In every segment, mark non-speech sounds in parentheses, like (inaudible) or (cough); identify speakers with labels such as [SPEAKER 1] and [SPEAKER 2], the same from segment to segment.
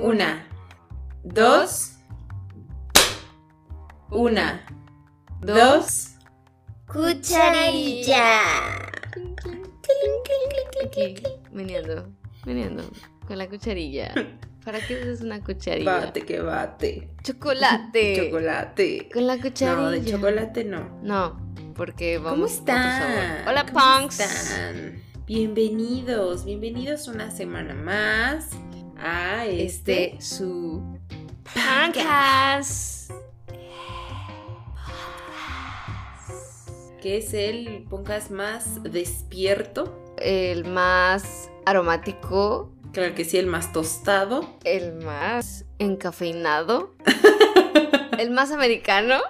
[SPEAKER 1] Una, dos, una, dos.
[SPEAKER 2] Cucharilla.
[SPEAKER 3] Aquí, meneando, meneando, con la cucharilla. ¿Para qué usas una cucharilla?
[SPEAKER 1] Bate que bate.
[SPEAKER 3] Chocolate.
[SPEAKER 1] Chocolate.
[SPEAKER 3] Con la cucharilla.
[SPEAKER 1] No, de chocolate no.
[SPEAKER 3] No, porque vamos
[SPEAKER 1] ¿Cómo
[SPEAKER 3] con otro
[SPEAKER 1] están?
[SPEAKER 3] sabor. Hola,
[SPEAKER 1] ¿Cómo
[SPEAKER 3] punks.
[SPEAKER 1] están? Bienvenidos, bienvenidos una semana más a este,
[SPEAKER 3] Este su
[SPEAKER 1] Pancas. que es el podcast más despierto,
[SPEAKER 3] el más aromático,
[SPEAKER 1] claro que sí, el más tostado,
[SPEAKER 3] el más encafeinado,
[SPEAKER 1] (laughs)
[SPEAKER 3] el más americano.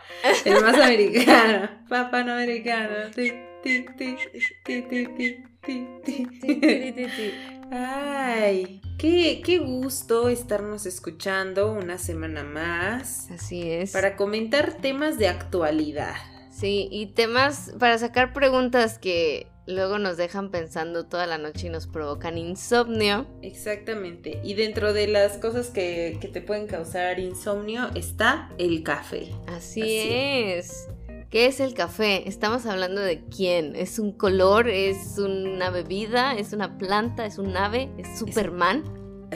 [SPEAKER 1] el más americano, papá no americano. Ti, ti, ti, ti, ti, ti, ti, ti. Ay, qué, qué gusto estarnos escuchando una semana más
[SPEAKER 3] Así es.
[SPEAKER 1] para comentar temas de actualidad.
[SPEAKER 3] Sí, y temas para sacar preguntas que luego nos dejan pensando toda la noche y nos provocan insomnio.
[SPEAKER 1] Exactamente. Y dentro de las cosas que, que te pueden causar insomnio está el café.
[SPEAKER 3] Así,
[SPEAKER 1] Así
[SPEAKER 3] es. ¿Qué es el café? Estamos hablando de quién. ¿Es un color? ¿Es una bebida? ¿Es una planta? ¿Es un ave? ¿Es Superman?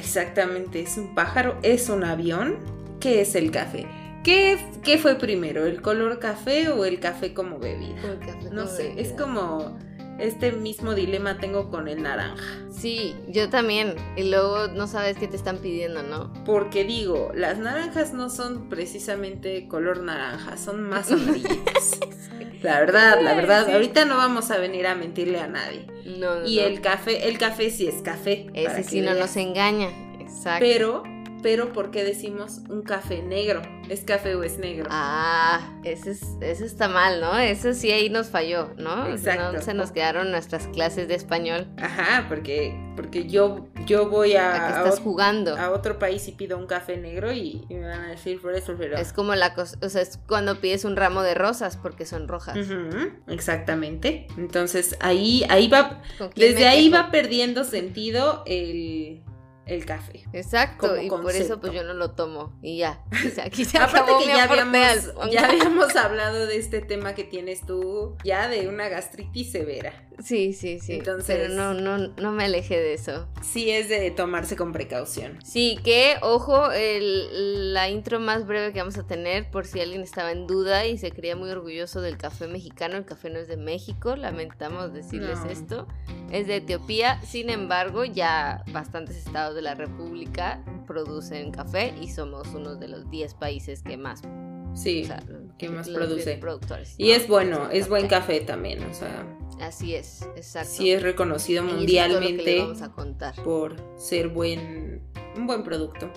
[SPEAKER 1] Exactamente, es un pájaro, es un avión. ¿Qué es el café? ¿Qué, qué fue primero, el color café o el café como bebida?
[SPEAKER 3] Un café
[SPEAKER 1] No
[SPEAKER 3] con
[SPEAKER 1] sé,
[SPEAKER 3] bebida.
[SPEAKER 1] es como este mismo dilema tengo con el naranja.
[SPEAKER 3] Sí, yo también. Y luego no sabes qué te están pidiendo, ¿no?
[SPEAKER 1] Porque digo, las naranjas no son precisamente color naranja, son
[SPEAKER 3] (laughs)
[SPEAKER 1] más amarillas. La verdad, la verdad,
[SPEAKER 3] Sí.
[SPEAKER 1] ahorita no vamos a venir a mentirle a nadie.
[SPEAKER 3] No, no,
[SPEAKER 1] Y
[SPEAKER 3] no.
[SPEAKER 1] el café, el café sí es café. para que
[SPEAKER 3] Ese sí no
[SPEAKER 1] veas.
[SPEAKER 3] nos engaña. Exacto.
[SPEAKER 1] Pero, pero ¿por qué decimos un café negro? ¿Es café o es negro?
[SPEAKER 3] Ah, ese, es- ese está mal, ¿no? Ese sí ahí nos falló, ¿no?
[SPEAKER 1] Exacto.
[SPEAKER 3] No se nos quedaron nuestras clases de español.
[SPEAKER 1] Ajá, porque, porque yo, yo voy
[SPEAKER 3] ¿A qué
[SPEAKER 1] a, a,
[SPEAKER 3] estás
[SPEAKER 1] ot-
[SPEAKER 3] jugando?
[SPEAKER 1] a otro país y pido un café negro y, y me van a decir por eso, pero...
[SPEAKER 3] Es como la cosa, o sea, es cuando pides un ramo de rosas porque son rojas.
[SPEAKER 1] Ujú, exactamente. Entonces ahí, ahí va,
[SPEAKER 3] ¿Con quién
[SPEAKER 1] desde
[SPEAKER 3] me
[SPEAKER 1] ahí
[SPEAKER 3] quejo?
[SPEAKER 1] va perdiendo sentido el, el
[SPEAKER 3] (laughs)
[SPEAKER 1] café.
[SPEAKER 3] Exacto,
[SPEAKER 1] como
[SPEAKER 3] y por eso
[SPEAKER 1] concepto.
[SPEAKER 3] pues yo no lo tomo y ya. (laughs) O sea, aquí se
[SPEAKER 1] Aparte
[SPEAKER 3] acabó
[SPEAKER 1] que
[SPEAKER 3] mi
[SPEAKER 1] ya
[SPEAKER 3] aporte
[SPEAKER 1] habíamos,
[SPEAKER 3] al- (laughs)
[SPEAKER 1] ya habíamos hablado de este tema que tienes tú, ya de una gastritis severa.
[SPEAKER 3] Sí, sí, sí.
[SPEAKER 1] Entonces-
[SPEAKER 3] Pero no, no, no me alejé de eso.
[SPEAKER 1] Sí es de tomarse con precaución.
[SPEAKER 3] Sí, que, ojo, el- la intro más breve que vamos a tener, por si alguien estaba en duda y se creía muy orgulloso del café mexicano, el café no es de México, lamentamos decirles
[SPEAKER 1] No.
[SPEAKER 3] esto, es de Etiopía, sin embargo, ya bastantes estados de la República producen café y somos uno de los 10 países que más,
[SPEAKER 1] Sí.
[SPEAKER 3] o sea,
[SPEAKER 1] que más
[SPEAKER 3] los 10
[SPEAKER 1] produce.
[SPEAKER 3] productores,
[SPEAKER 1] y
[SPEAKER 3] ¿no?
[SPEAKER 1] es bueno, es buen
[SPEAKER 3] Café.
[SPEAKER 1] café también, o sea,
[SPEAKER 3] Así es, exacto.
[SPEAKER 1] sí es reconocido
[SPEAKER 3] Y eso es todo lo que
[SPEAKER 1] mundialmente
[SPEAKER 3] le vamos a contar.
[SPEAKER 1] por ser buen un buen producto.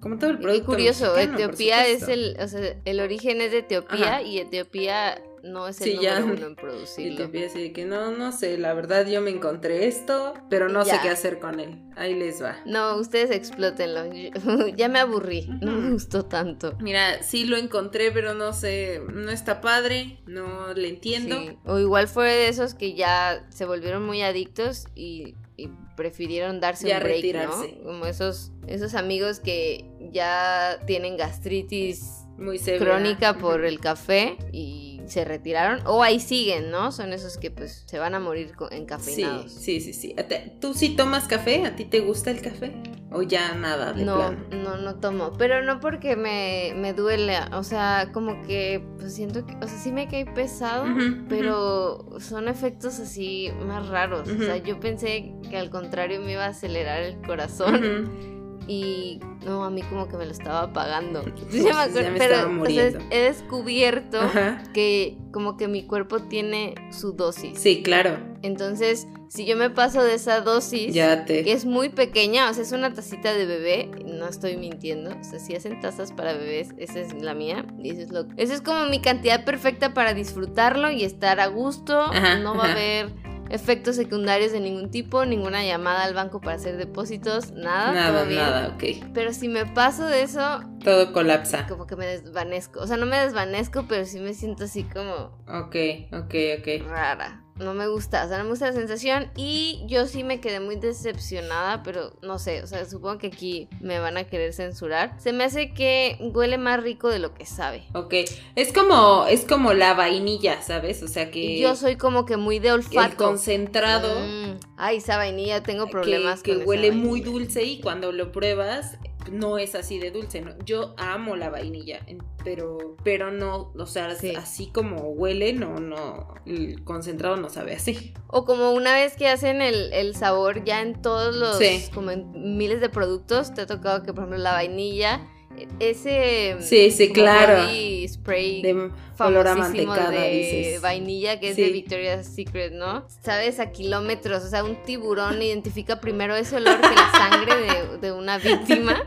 [SPEAKER 1] Como todo el
[SPEAKER 3] Y
[SPEAKER 1] producto.
[SPEAKER 3] Qué curioso,
[SPEAKER 1] mexicano, este por
[SPEAKER 3] Etiopía es
[SPEAKER 1] supuesto.
[SPEAKER 3] el, o sea, el origen es de Etiopía
[SPEAKER 1] Ajá.
[SPEAKER 3] y Etiopía no es el
[SPEAKER 1] Sí,
[SPEAKER 3] número
[SPEAKER 1] ya.
[SPEAKER 3] uno
[SPEAKER 1] (laughs)
[SPEAKER 3] en producirlo.
[SPEAKER 1] Etiopía así de que no, no sé, la verdad yo me encontré esto, pero no sé
[SPEAKER 3] Ya.
[SPEAKER 1] qué hacer con él. Ahí les va.
[SPEAKER 3] No, ustedes explótenlo. (laughs) Yo- ya me aburrí, no me
[SPEAKER 1] Ujú.
[SPEAKER 3] gustó tanto.
[SPEAKER 1] Mira, sí lo encontré, pero no sé, no está padre, no le entiendo.
[SPEAKER 3] Sí, O igual fue de esos que ya se volvieron muy adictos y, y prefirieron darse
[SPEAKER 1] Ya
[SPEAKER 3] un break,
[SPEAKER 1] retirarse.
[SPEAKER 3] ¿no? Como esos, esos amigos que ya tienen gastritis
[SPEAKER 1] Muy severa.
[SPEAKER 3] crónica por
[SPEAKER 1] Ujú.
[SPEAKER 3] el café y se retiraron o ahí siguen, ¿no? Son esos que pues se van a morir co-
[SPEAKER 1] Sí,
[SPEAKER 3] encafeinados.
[SPEAKER 1] sí, sí, sí. ¿A te- ¿Tú sí tomas café? ¿A ti te gusta el café? ¿O ya nada de
[SPEAKER 3] No,
[SPEAKER 1] plano?
[SPEAKER 3] no, no tomo. Pero no porque me, me duele. O sea, como que pues, siento que. O sea, sí me cae pesado.
[SPEAKER 1] Ujú,
[SPEAKER 3] Pero son efectos así más raros. O sea,
[SPEAKER 1] Ujú.
[SPEAKER 3] yo pensé que al contrario me iba a acelerar el corazón.
[SPEAKER 1] Ujú.
[SPEAKER 3] Y no, a mí como que me lo estaba
[SPEAKER 1] (laughs)
[SPEAKER 3] apagando. (laughs)
[SPEAKER 1] Sí,
[SPEAKER 3] Yo me
[SPEAKER 1] ya
[SPEAKER 3] acuerdo,
[SPEAKER 1] me
[SPEAKER 3] pero
[SPEAKER 1] estaba
[SPEAKER 3] entonces,
[SPEAKER 1] muriendo.
[SPEAKER 3] he descubierto
[SPEAKER 1] Ajá.
[SPEAKER 3] que como que mi cuerpo tiene su dosis.
[SPEAKER 1] Sí, claro.
[SPEAKER 3] Entonces, si yo me paso de esa dosis,
[SPEAKER 1] Ya te.
[SPEAKER 3] que es muy pequeña, o sea, es una tacita de bebé, no estoy mintiendo, o sea, si hacen tazas para bebés, esa es la mía, y eso es lo Esa es como mi cantidad perfecta para disfrutarlo y estar a gusto,
[SPEAKER 1] Ajá,
[SPEAKER 3] no va a
[SPEAKER 1] ajá.
[SPEAKER 3] haber efectos secundarios de ningún tipo, ninguna llamada al banco para hacer depósitos, nada,
[SPEAKER 1] Nada,
[SPEAKER 3] todo bien.
[SPEAKER 1] nada, ok.
[SPEAKER 3] Pero si me paso de eso,
[SPEAKER 1] Todo colapsa.
[SPEAKER 3] como que me desvanezco, o sea, no me desvanezco, pero sí me siento así como
[SPEAKER 1] Ok, ok, ok.
[SPEAKER 3] rara. no me gusta, o sea, no me gusta la sensación y yo sí me quedé muy decepcionada, pero no sé, o sea, supongo que aquí me van a querer censurar. Se me hace que huele más rico de lo que sabe.
[SPEAKER 1] Ok, es como, es como la vainilla, ¿sabes? O sea que...
[SPEAKER 3] Yo soy como que muy de
[SPEAKER 1] el
[SPEAKER 3] olfato.
[SPEAKER 1] concentrado
[SPEAKER 3] Mm, Ay, esa vainilla, tengo problemas
[SPEAKER 1] que, que
[SPEAKER 3] con esa
[SPEAKER 1] huele muy
[SPEAKER 3] vainilla.
[SPEAKER 1] dulce y cuando lo pruebas no es así de dulce. ¿no? Yo amo la vainilla, en- pero, pero no, o sea,
[SPEAKER 3] Sí.
[SPEAKER 1] así como huele, no, no, el concentrado no sabe así.
[SPEAKER 3] O como una vez que hacen el, el sabor ya en todos los,
[SPEAKER 1] Sí.
[SPEAKER 3] como en miles de productos, te ha tocado que, por ejemplo, la vainilla, e- ese...
[SPEAKER 1] Sí, sí,
[SPEAKER 3] como
[SPEAKER 1] claro.
[SPEAKER 3] body spray
[SPEAKER 1] De olor a
[SPEAKER 3] famosísimo
[SPEAKER 1] mantecada,
[SPEAKER 3] de
[SPEAKER 1] dices.
[SPEAKER 3] vainilla que es
[SPEAKER 1] Sí.
[SPEAKER 3] de Victoria's Secret, ¿no? Sabes a kilómetros, o sea, un tiburón identifica primero ese olor que la sangre de, de una víctima.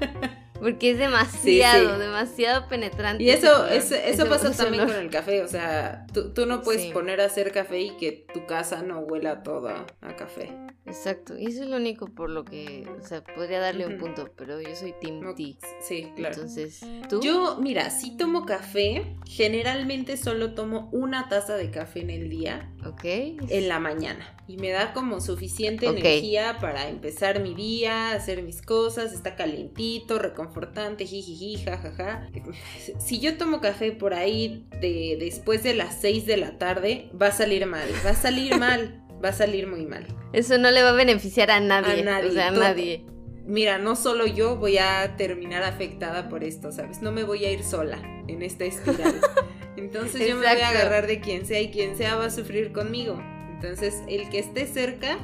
[SPEAKER 3] Porque es demasiado, demasiado penetrante.
[SPEAKER 1] Y
[SPEAKER 3] ese
[SPEAKER 1] eso,
[SPEAKER 3] olor,
[SPEAKER 1] eso, eso
[SPEAKER 3] ese- (laughs)
[SPEAKER 1] pasa
[SPEAKER 3] ese
[SPEAKER 1] también
[SPEAKER 3] olor.
[SPEAKER 1] con el café, o sea, tú, tú no puedes
[SPEAKER 3] Sí.
[SPEAKER 1] poner a hacer café y que tu casa no huela toda a café.
[SPEAKER 3] Exacto, y eso es lo único por lo que, o sea, podría darle un
[SPEAKER 1] Ujú.
[SPEAKER 3] punto, pero yo soy Team
[SPEAKER 1] No-
[SPEAKER 3] Tea.
[SPEAKER 1] sí, claro.
[SPEAKER 3] Entonces, ¿tú?
[SPEAKER 1] Yo, mira, si tomo café, generalmente solo tomo una taza de café en el día,
[SPEAKER 3] ok.
[SPEAKER 1] en la mañana. Y me da como suficiente
[SPEAKER 3] Ok.
[SPEAKER 1] energía para empezar mi día, hacer mis cosas, está calientito, reconfortante, jijiji, jajaja. (laughs) Si yo tomo café por ahí de, después de las 6 de la tarde, va a salir mal, va a salir mal, va a salir muy mal.
[SPEAKER 3] Eso no le va a beneficiar a nadie.
[SPEAKER 1] A nadie,
[SPEAKER 3] o sea, a
[SPEAKER 1] todo.
[SPEAKER 3] nadie.
[SPEAKER 1] Mira, no solo yo voy a terminar afectada por esto, ¿sabes? No me voy a ir sola en esta
[SPEAKER 3] (laughs)
[SPEAKER 1] espiral. Entonces yo me voy a
[SPEAKER 3] Exacto.
[SPEAKER 1] agarrar de quien sea y quien sea va a sufrir conmigo. Entonces el que esté cerca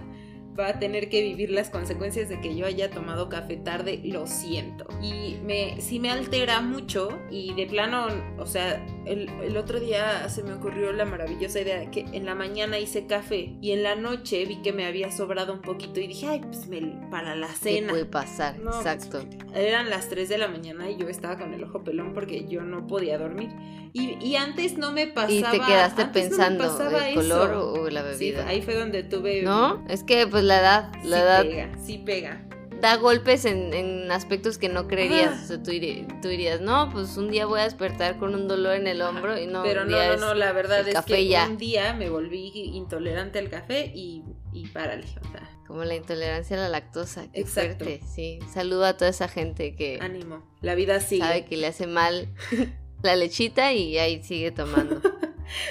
[SPEAKER 1] va a tener que vivir las consecuencias de que yo haya tomado café tarde, lo siento. Y me, sí me altera mucho y de plano, o sea, el, el otro día se me ocurrió la maravillosa idea de que en la mañana hice café y en la noche vi que me había sobrado un poquito y dije, ay, pues me- para la
[SPEAKER 3] ¿Qué
[SPEAKER 1] cena.
[SPEAKER 3] puede pasar?
[SPEAKER 1] No, pues,
[SPEAKER 3] Exacto.
[SPEAKER 1] Eran las 3 de la mañana y yo estaba con el ojo pelón porque yo no podía dormir. Y, y antes no me pasaba.
[SPEAKER 3] Y te quedaste
[SPEAKER 1] antes no me
[SPEAKER 3] pensando
[SPEAKER 1] pasaba
[SPEAKER 3] el color
[SPEAKER 1] eso.
[SPEAKER 3] o, o la
[SPEAKER 1] Sí,
[SPEAKER 3] bebida.
[SPEAKER 1] ahí fue donde tuve.
[SPEAKER 3] ¿No? Es que pues la edad,
[SPEAKER 1] Sí
[SPEAKER 3] la edad
[SPEAKER 1] pega, sí pega.
[SPEAKER 3] da golpes en, en aspectos que no creerías.
[SPEAKER 1] Ajá.
[SPEAKER 3] O sea, tú, diri- tú dirías, no, pues un día voy a despertar con un dolor en el hombro y no.
[SPEAKER 1] Pero
[SPEAKER 3] un
[SPEAKER 1] no,
[SPEAKER 3] día
[SPEAKER 1] no,
[SPEAKER 3] es-
[SPEAKER 1] no, la verdad
[SPEAKER 3] el
[SPEAKER 1] es
[SPEAKER 3] café
[SPEAKER 1] que
[SPEAKER 3] ya.
[SPEAKER 1] un día me volví intolerante al café y, y párale. O sea,
[SPEAKER 3] Como la intolerancia a la lactosa. Qué
[SPEAKER 1] Exacto. Ah,
[SPEAKER 3] fuerte, sí. Saludo a toda esa gente que
[SPEAKER 1] ánimo. La vida sigue.
[SPEAKER 3] sabe que le hace mal (laughs) la lechita y ahí sigue tomando.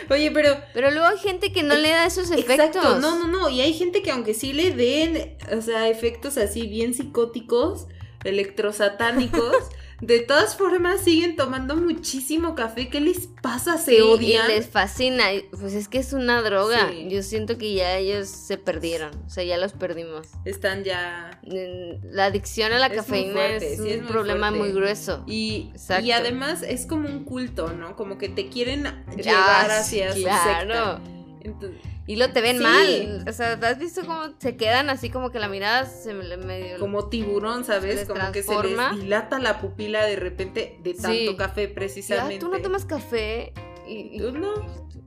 [SPEAKER 1] Oye, pero
[SPEAKER 3] Pero luego hay gente que no le da esos efectos.
[SPEAKER 1] Exacto, no, no, no. Y hay gente que aunque sí le den, o sea, efectos así bien psicóticos,
[SPEAKER 3] (laughs)
[SPEAKER 1] electrosatánicos, de todas formas siguen tomando muchísimo café. ¿Qué les pasa? Se
[SPEAKER 3] Sí,
[SPEAKER 1] odian.
[SPEAKER 3] Y les fascina. Y, Pues es que es una droga.
[SPEAKER 1] Sí.
[SPEAKER 3] Yo siento que ya ellos se perdieron. O sea, ya los perdimos.
[SPEAKER 1] Están ya.
[SPEAKER 3] Mm, La adicción a la
[SPEAKER 1] Es muy
[SPEAKER 3] cafeína
[SPEAKER 1] fuerte,
[SPEAKER 3] es
[SPEAKER 1] sí,
[SPEAKER 3] un
[SPEAKER 1] es muy
[SPEAKER 3] problema
[SPEAKER 1] fuerte.
[SPEAKER 3] muy grueso.
[SPEAKER 1] Y,
[SPEAKER 3] Exacto.
[SPEAKER 1] y además es como un culto, ¿no? Como que te quieren
[SPEAKER 3] Ya,
[SPEAKER 1] llevar hacia
[SPEAKER 3] sí,
[SPEAKER 1] su
[SPEAKER 3] ah, claro.
[SPEAKER 1] secta. Entonces,
[SPEAKER 3] Y lo te ven
[SPEAKER 1] Sí.
[SPEAKER 3] mal. O sea, ¿has visto cómo se quedan así como que la mirada se me medio.
[SPEAKER 1] como tiburón, ¿sabes?
[SPEAKER 3] Les
[SPEAKER 1] como que se
[SPEAKER 3] transforma.
[SPEAKER 1] les dilata la pupila de repente de tanto
[SPEAKER 3] Sí.
[SPEAKER 1] café
[SPEAKER 3] Ya,
[SPEAKER 1] precisamente.
[SPEAKER 3] tú no tomas café. Y, y-
[SPEAKER 1] ¿Tú no?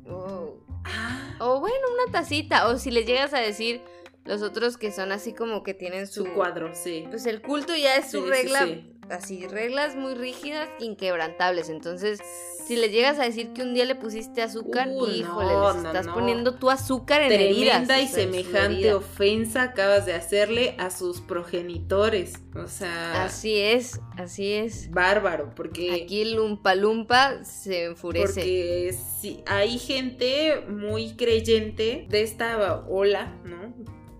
[SPEAKER 3] Oh.
[SPEAKER 1] Ah.
[SPEAKER 3] O bueno, una tacita. O si les llegas a decir los otros que son así como que tienen su,
[SPEAKER 1] Su cuadro, sí.
[SPEAKER 3] Pues el culto ya es su
[SPEAKER 1] Sí, sí,
[SPEAKER 3] regla,
[SPEAKER 1] sí.
[SPEAKER 3] así, reglas muy rígidas, inquebrantables. Entonces, si les llegas a decir que un día le pusiste azúcar,
[SPEAKER 1] Uh,
[SPEAKER 3] híjole,
[SPEAKER 1] no,
[SPEAKER 3] les
[SPEAKER 1] no,
[SPEAKER 3] estás
[SPEAKER 1] no.
[SPEAKER 3] poniendo tu azúcar en heridas.
[SPEAKER 1] Tremenda
[SPEAKER 3] o
[SPEAKER 1] y
[SPEAKER 3] sea, en su
[SPEAKER 1] semejante
[SPEAKER 3] herida.
[SPEAKER 1] ofensa acabas de hacerle a sus progenitores. O sea,
[SPEAKER 3] Así es, así es.
[SPEAKER 1] bárbaro, porque,
[SPEAKER 3] Aquí el Lumpa Lumpa se enfurece.
[SPEAKER 1] porque sí, hay gente muy creyente de esta ola, ¿no?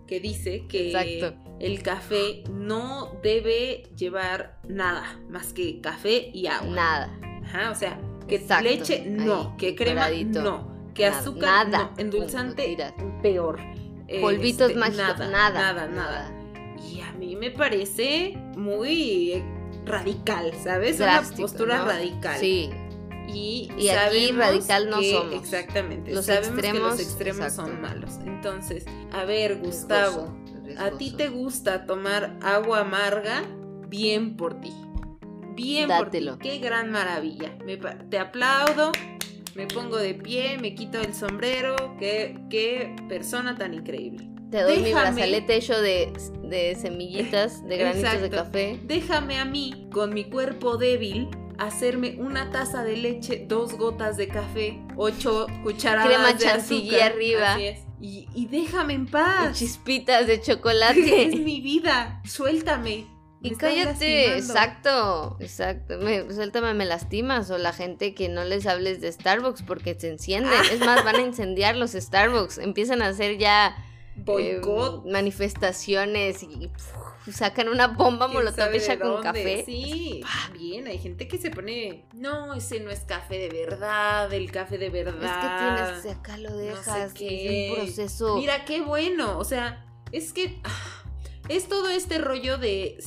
[SPEAKER 1] Que dice que
[SPEAKER 3] Exacto.
[SPEAKER 1] el café no debe llevar nada más que café y agua.
[SPEAKER 3] Nada.
[SPEAKER 1] Ajá, o sea, que
[SPEAKER 3] Exacto,
[SPEAKER 1] leche no,
[SPEAKER 3] ahí,
[SPEAKER 1] que crema
[SPEAKER 3] doradito.
[SPEAKER 1] no, que
[SPEAKER 3] Nada,
[SPEAKER 1] azúcar
[SPEAKER 3] nada.
[SPEAKER 1] no, endulzante
[SPEAKER 3] Tiras.
[SPEAKER 1] peor. Eh,
[SPEAKER 3] Polvitos
[SPEAKER 1] este,
[SPEAKER 3] mágicos, nada,
[SPEAKER 1] nada, nada. Y a mí me parece muy radical, ¿sabes?
[SPEAKER 3] Drástico,
[SPEAKER 1] Una postura
[SPEAKER 3] ¿no?
[SPEAKER 1] radical.
[SPEAKER 3] Sí,
[SPEAKER 1] Y,
[SPEAKER 3] Y aquí
[SPEAKER 1] sabemos
[SPEAKER 3] radical no
[SPEAKER 1] que-
[SPEAKER 3] somos.
[SPEAKER 1] Exactamente.
[SPEAKER 3] Los
[SPEAKER 1] sabemos que
[SPEAKER 3] extremos,
[SPEAKER 1] los extremos son
[SPEAKER 3] exacto.
[SPEAKER 1] malos. Entonces, a ver, Gustavo,
[SPEAKER 3] riesgoso,
[SPEAKER 1] ¿a ti
[SPEAKER 3] riesgoso.
[SPEAKER 1] te gusta tomar agua amarga? Bien por ti. Bien
[SPEAKER 3] Dátelo.
[SPEAKER 1] por ti. Qué gran maravilla. Me pa- te aplaudo. Me pongo de pie, me quito el sombrero. Qué, qué persona tan increíble.
[SPEAKER 3] Te doy mi
[SPEAKER 1] Déjame.
[SPEAKER 3] brazalete hecho de, de semillitas, de granitos de
[SPEAKER 1] Exacto.
[SPEAKER 3] café.
[SPEAKER 1] Déjame a mí, con mi cuerpo débil, hacerme una taza de leche, dos gotas de café, ocho cucharadas
[SPEAKER 3] Crema
[SPEAKER 1] de
[SPEAKER 3] chantilly
[SPEAKER 1] azúcar.
[SPEAKER 3] arriba.
[SPEAKER 1] Así es. y, y déjame en
[SPEAKER 3] Y
[SPEAKER 1] paz.
[SPEAKER 3] chispitas
[SPEAKER 1] (laughs)
[SPEAKER 3] de
[SPEAKER 1] Es (laughs)
[SPEAKER 3] chocolate.
[SPEAKER 1] mi vida, suéltame. Me
[SPEAKER 3] Y
[SPEAKER 1] estás
[SPEAKER 3] cállate,
[SPEAKER 1] lastimando.
[SPEAKER 3] exacto, exacto. Me, suéltame, me lastimas. O la gente que no les hables de Starbucks porque se encienden.
[SPEAKER 1] Ah.
[SPEAKER 3] Es más, van a incendiar los Starbucks. Empiezan a hacer ya
[SPEAKER 1] Boicot.
[SPEAKER 3] eh, manifestaciones y puf, sacan una bomba
[SPEAKER 1] ¿Quién
[SPEAKER 3] molotov
[SPEAKER 1] sabe
[SPEAKER 3] hecha
[SPEAKER 1] de
[SPEAKER 3] con
[SPEAKER 1] dónde?
[SPEAKER 3] café.
[SPEAKER 1] Sí, bien, hay gente que se pone, no, ese no es café de verdad, el café de
[SPEAKER 3] Es que
[SPEAKER 1] verdad.
[SPEAKER 3] tienes, acá lo
[SPEAKER 1] sé
[SPEAKER 3] dejas,
[SPEAKER 1] qué.
[SPEAKER 3] es un proceso.
[SPEAKER 1] Mira qué bueno, o sea, es que ah, es todo este rollo de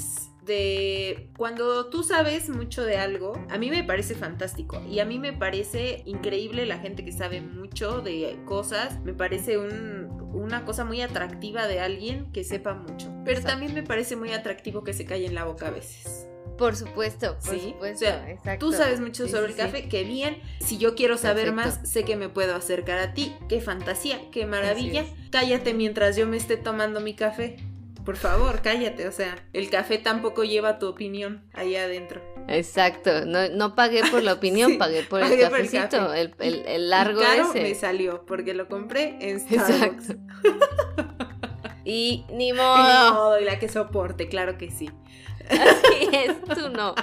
[SPEAKER 1] de cuando tú sabes mucho de algo, a mí me parece fantástico y a mí me parece increíble la gente que sabe mucho de cosas, me parece un- una cosa muy atractiva de alguien que sepa mucho, pero
[SPEAKER 3] Exacto.
[SPEAKER 1] también me parece muy atractivo que se calle en la boca a veces.
[SPEAKER 3] por supuesto, por
[SPEAKER 1] Sí,
[SPEAKER 3] supuesto,
[SPEAKER 1] o sea,
[SPEAKER 3] exacto.
[SPEAKER 1] Tú sabes mucho
[SPEAKER 3] Sí,
[SPEAKER 1] sobre
[SPEAKER 3] sí,
[SPEAKER 1] el
[SPEAKER 3] sí.
[SPEAKER 1] café, qué bien. Si yo quiero saber
[SPEAKER 3] Perfecto.
[SPEAKER 1] más, sé que me puedo acercar a ti. Qué fantasía, qué maravilla.
[SPEAKER 3] Así
[SPEAKER 1] Cállate mientras yo me esté tomando mi café. Por favor, cállate. O sea, el café tampoco lleva tu opinión allá adentro.
[SPEAKER 3] Exacto, no, no pagué
[SPEAKER 1] (laughs)
[SPEAKER 3] por la opinión,
[SPEAKER 1] Sí,
[SPEAKER 3] pagué por el
[SPEAKER 1] pagué por el
[SPEAKER 3] cafecito,
[SPEAKER 1] café.
[SPEAKER 3] el, el- el
[SPEAKER 1] Y
[SPEAKER 3] largo
[SPEAKER 1] caro
[SPEAKER 3] ese.
[SPEAKER 1] me salió porque lo compré en
[SPEAKER 3] Exacto. Ah.
[SPEAKER 1] Starbucks.
[SPEAKER 3] (laughs) Y ni
[SPEAKER 1] Y ni
[SPEAKER 3] modo,
[SPEAKER 1] modo, y la que soporte, claro que sí.
[SPEAKER 3] (laughs) así es, tú no.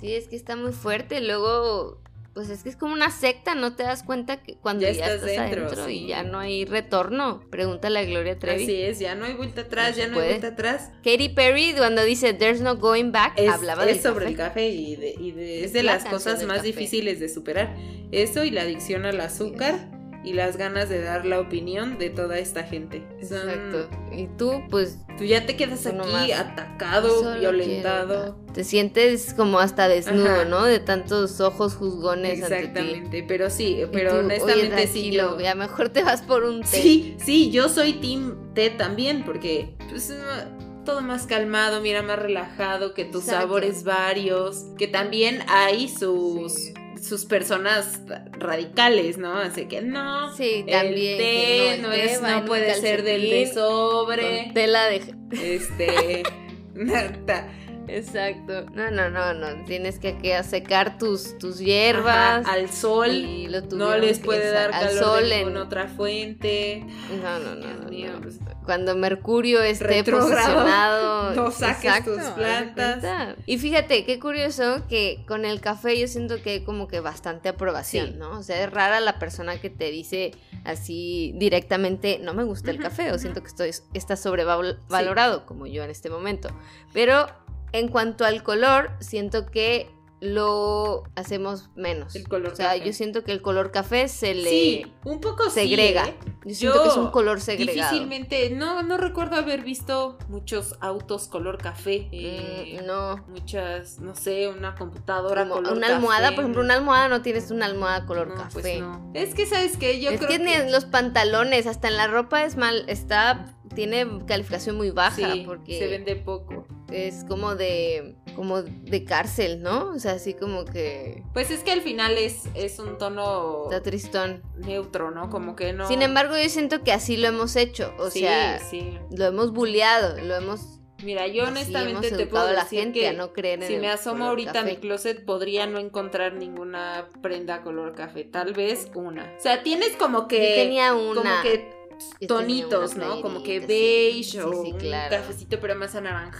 [SPEAKER 3] Sí, es que está muy fuerte, luego, pues es que es como una secta, no te das cuenta que cuando ya, estás, dentro,
[SPEAKER 1] sí. Ah,
[SPEAKER 3] y ya no hay retorno. Pregúntale a Gloria Trevi.
[SPEAKER 1] Así es, ya no hay vuelta atrás,
[SPEAKER 3] No
[SPEAKER 1] ya
[SPEAKER 3] se
[SPEAKER 1] no
[SPEAKER 3] puede.
[SPEAKER 1] hay vuelta atrás.
[SPEAKER 3] Katy Perry, cuando dice There's no going back,
[SPEAKER 1] es,
[SPEAKER 3] hablaba
[SPEAKER 1] es
[SPEAKER 3] del
[SPEAKER 1] sobre
[SPEAKER 3] café.
[SPEAKER 1] el café y, de- y de- es
[SPEAKER 3] Es
[SPEAKER 1] de
[SPEAKER 3] la
[SPEAKER 1] las
[SPEAKER 3] canción
[SPEAKER 1] cosas
[SPEAKER 3] del
[SPEAKER 1] más
[SPEAKER 3] café.
[SPEAKER 1] difíciles de superar. Eso y la adicción al azúcar y las ganas de dar la opinión de toda esta gente. Son-
[SPEAKER 3] Exacto. Y tú, pues,
[SPEAKER 1] Tú ya te quedas
[SPEAKER 3] Tú
[SPEAKER 1] aquí
[SPEAKER 3] nomás.
[SPEAKER 1] atacado,
[SPEAKER 3] solo
[SPEAKER 1] violentado.
[SPEAKER 3] quiero- Te sientes como hasta desnudo,
[SPEAKER 1] Ajá.
[SPEAKER 3] ¿no? De tantos ojos juzgones ante ti.
[SPEAKER 1] Exactamente, pero sí,
[SPEAKER 3] Y
[SPEAKER 1] pero
[SPEAKER 3] tú, "Oye,
[SPEAKER 1] honestamente sí
[SPEAKER 3] tranquilo,
[SPEAKER 1] yo...
[SPEAKER 3] Ya mejor te vas por un té.
[SPEAKER 1] Sí, sí, yo soy Team T también, porque pues, no, todo más calmado, mira, más relajado, que tus
[SPEAKER 3] Exacto.
[SPEAKER 1] sabores varios, que también hay sus,
[SPEAKER 3] Sí.
[SPEAKER 1] sus personas radicales, ¿no? Así que no,
[SPEAKER 3] Sí,
[SPEAKER 1] el
[SPEAKER 3] también.
[SPEAKER 1] té
[SPEAKER 3] que
[SPEAKER 1] no,
[SPEAKER 3] el té
[SPEAKER 1] es-
[SPEAKER 3] va
[SPEAKER 1] no
[SPEAKER 3] en un
[SPEAKER 1] puede ser del de
[SPEAKER 3] calcetín
[SPEAKER 1] sobre,
[SPEAKER 3] con Tela de... (laughs)
[SPEAKER 1] este, nada.
[SPEAKER 3] Exacto. No, no, no, no. Tienes que, que secar tus, tus hierbas.
[SPEAKER 1] Ajá, al sol.
[SPEAKER 3] y lo
[SPEAKER 1] No
[SPEAKER 3] tuvieron
[SPEAKER 1] les
[SPEAKER 3] que
[SPEAKER 1] puede
[SPEAKER 3] sa-
[SPEAKER 1] dar
[SPEAKER 3] al
[SPEAKER 1] calor
[SPEAKER 3] sol
[SPEAKER 1] de
[SPEAKER 3] en-
[SPEAKER 1] ninguna otra fuente.
[SPEAKER 3] No, no, no,
[SPEAKER 1] Dios
[SPEAKER 3] no,
[SPEAKER 1] mío,
[SPEAKER 3] no.
[SPEAKER 1] pues,
[SPEAKER 3] Cuando Mercurio esté
[SPEAKER 1] Retrógrado,
[SPEAKER 3] posicionado.
[SPEAKER 1] (laughs) no saques tus
[SPEAKER 3] haz de
[SPEAKER 1] plantas.
[SPEAKER 3] cuenta. Y fíjate, qué curioso que con el café yo siento que hay como que bastante aprobación,
[SPEAKER 1] Sí.
[SPEAKER 3] ¿no? O sea, es rara la persona que te dice así directamente, no me gusta el
[SPEAKER 1] Ujú,
[SPEAKER 3] café, o
[SPEAKER 1] ujú.
[SPEAKER 3] siento que estoy, está sobrevalorado, como yo en este momento. Pero en cuanto al color, siento que lo hacemos menos.
[SPEAKER 1] El color
[SPEAKER 3] o sea,
[SPEAKER 1] café.
[SPEAKER 3] yo siento que el color café se le
[SPEAKER 1] Sí, un poco sí,
[SPEAKER 3] segrega.
[SPEAKER 1] ¿eh?
[SPEAKER 3] Yo siento que es un
[SPEAKER 1] Yo
[SPEAKER 3] color segregado.
[SPEAKER 1] Difícilmente, no, no recuerdo haber visto muchos autos color café. eh,
[SPEAKER 3] Mm, no.
[SPEAKER 1] Muchas, no sé, una computadora
[SPEAKER 3] Como
[SPEAKER 1] color
[SPEAKER 3] una almohada,
[SPEAKER 1] café,
[SPEAKER 3] por ejemplo,
[SPEAKER 1] ¿no?
[SPEAKER 3] una almohada no tienes una almohada color
[SPEAKER 1] No,
[SPEAKER 3] café.
[SPEAKER 1] pues no. Es que, ¿sabes qué? Yo
[SPEAKER 3] es
[SPEAKER 1] creo
[SPEAKER 3] que, ni
[SPEAKER 1] que...
[SPEAKER 3] en los pantalones, hasta en la ropa es mal, está, tiene calificación muy baja
[SPEAKER 1] sí,
[SPEAKER 3] porque
[SPEAKER 1] se vende poco.
[SPEAKER 3] es como de, como de cárcel, ¿no? O sea, así como que
[SPEAKER 1] Pues es que al final es, es un tono
[SPEAKER 3] está tristón.
[SPEAKER 1] neutro, ¿no? Como que no...
[SPEAKER 3] Sin embargo, yo siento que así lo hemos hecho, o
[SPEAKER 1] sí,
[SPEAKER 3] sea,
[SPEAKER 1] sí.
[SPEAKER 3] lo hemos bulleado, lo hemos,
[SPEAKER 1] Mira, yo
[SPEAKER 3] así
[SPEAKER 1] honestamente
[SPEAKER 3] hemos
[SPEAKER 1] te
[SPEAKER 3] educado
[SPEAKER 1] puedo
[SPEAKER 3] a la
[SPEAKER 1] decir
[SPEAKER 3] gente
[SPEAKER 1] que
[SPEAKER 3] a no creer en
[SPEAKER 1] Si
[SPEAKER 3] el
[SPEAKER 1] me asomo
[SPEAKER 3] color
[SPEAKER 1] ahorita a mi
[SPEAKER 3] café.
[SPEAKER 1] closet, podría no encontrar ninguna prenda color café. Tal vez una. O sea, tienes como que.
[SPEAKER 3] Yo tenía una
[SPEAKER 1] como que
[SPEAKER 3] yo tenía
[SPEAKER 1] tonitos,
[SPEAKER 3] una
[SPEAKER 1] ¿no? Como que
[SPEAKER 3] playerita,
[SPEAKER 1] beige
[SPEAKER 3] sí. Sí,
[SPEAKER 1] o
[SPEAKER 3] sí,
[SPEAKER 1] un
[SPEAKER 3] claro.
[SPEAKER 1] cafecito, pero más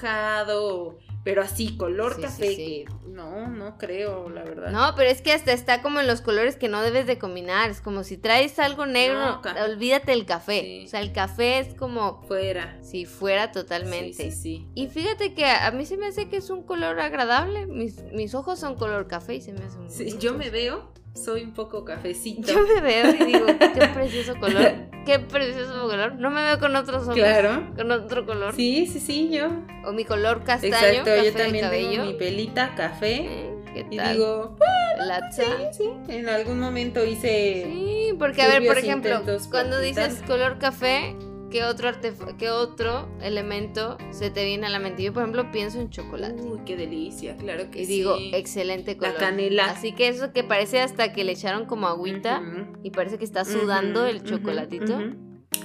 [SPEAKER 1] anaranjado. o- Pero así, color
[SPEAKER 3] Sí, sí,
[SPEAKER 1] café.
[SPEAKER 3] sí.
[SPEAKER 1] Que no, no creo, la verdad.
[SPEAKER 3] No, pero es que hasta está como en los colores que no debes de combinar. Es como si traes algo negro,
[SPEAKER 1] No, ca-
[SPEAKER 3] olvídate el café.
[SPEAKER 1] Sí.
[SPEAKER 3] O sea, el café es como
[SPEAKER 1] Fuera.
[SPEAKER 3] si fuera
[SPEAKER 1] Sí,
[SPEAKER 3] totalmente.
[SPEAKER 1] sí,
[SPEAKER 3] Y fíjate que a mí se me hace que es un color agradable. Mis, mis ojos son color café y se me hace muy
[SPEAKER 1] sí. Sí,
[SPEAKER 3] bonito.
[SPEAKER 1] yo me veo, soy un poco cafecito.
[SPEAKER 3] (laughs) Yo me veo y digo, qué precioso
[SPEAKER 1] (laughs)
[SPEAKER 3] color. Qué precioso color. No me veo con otros ojos.
[SPEAKER 1] Claro.
[SPEAKER 3] Con otro color.
[SPEAKER 1] Sí, sí, sí, yo.
[SPEAKER 3] O mi color castaño.
[SPEAKER 1] Exacto,
[SPEAKER 3] café
[SPEAKER 1] yo
[SPEAKER 3] de
[SPEAKER 1] también tengo
[SPEAKER 3] cabello.
[SPEAKER 1] mi pelita café.
[SPEAKER 3] Eh, ¿Qué
[SPEAKER 1] Y
[SPEAKER 3] tal?
[SPEAKER 1] digo,
[SPEAKER 3] Lacha.
[SPEAKER 1] Sí, en algún momento hice.
[SPEAKER 3] Sí, porque a ver, por
[SPEAKER 1] Turbios
[SPEAKER 3] ejemplo,
[SPEAKER 1] intentos por
[SPEAKER 3] cuando dices
[SPEAKER 1] quitar.
[SPEAKER 3] color café, ¿qué otro artef- qué otro elemento se te viene a la mente? Yo, por ejemplo, pienso en chocolate
[SPEAKER 1] Uy, qué delicia, claro que
[SPEAKER 3] y
[SPEAKER 1] sí.
[SPEAKER 3] digo, excelente
[SPEAKER 1] La
[SPEAKER 3] color.
[SPEAKER 1] canela.
[SPEAKER 3] Así que eso que parece hasta que le echaron como agüita
[SPEAKER 1] Ujú,
[SPEAKER 3] y parece que está sudando
[SPEAKER 1] ujú,
[SPEAKER 3] el
[SPEAKER 1] ujú,
[SPEAKER 3] chocolatito.
[SPEAKER 1] ujú.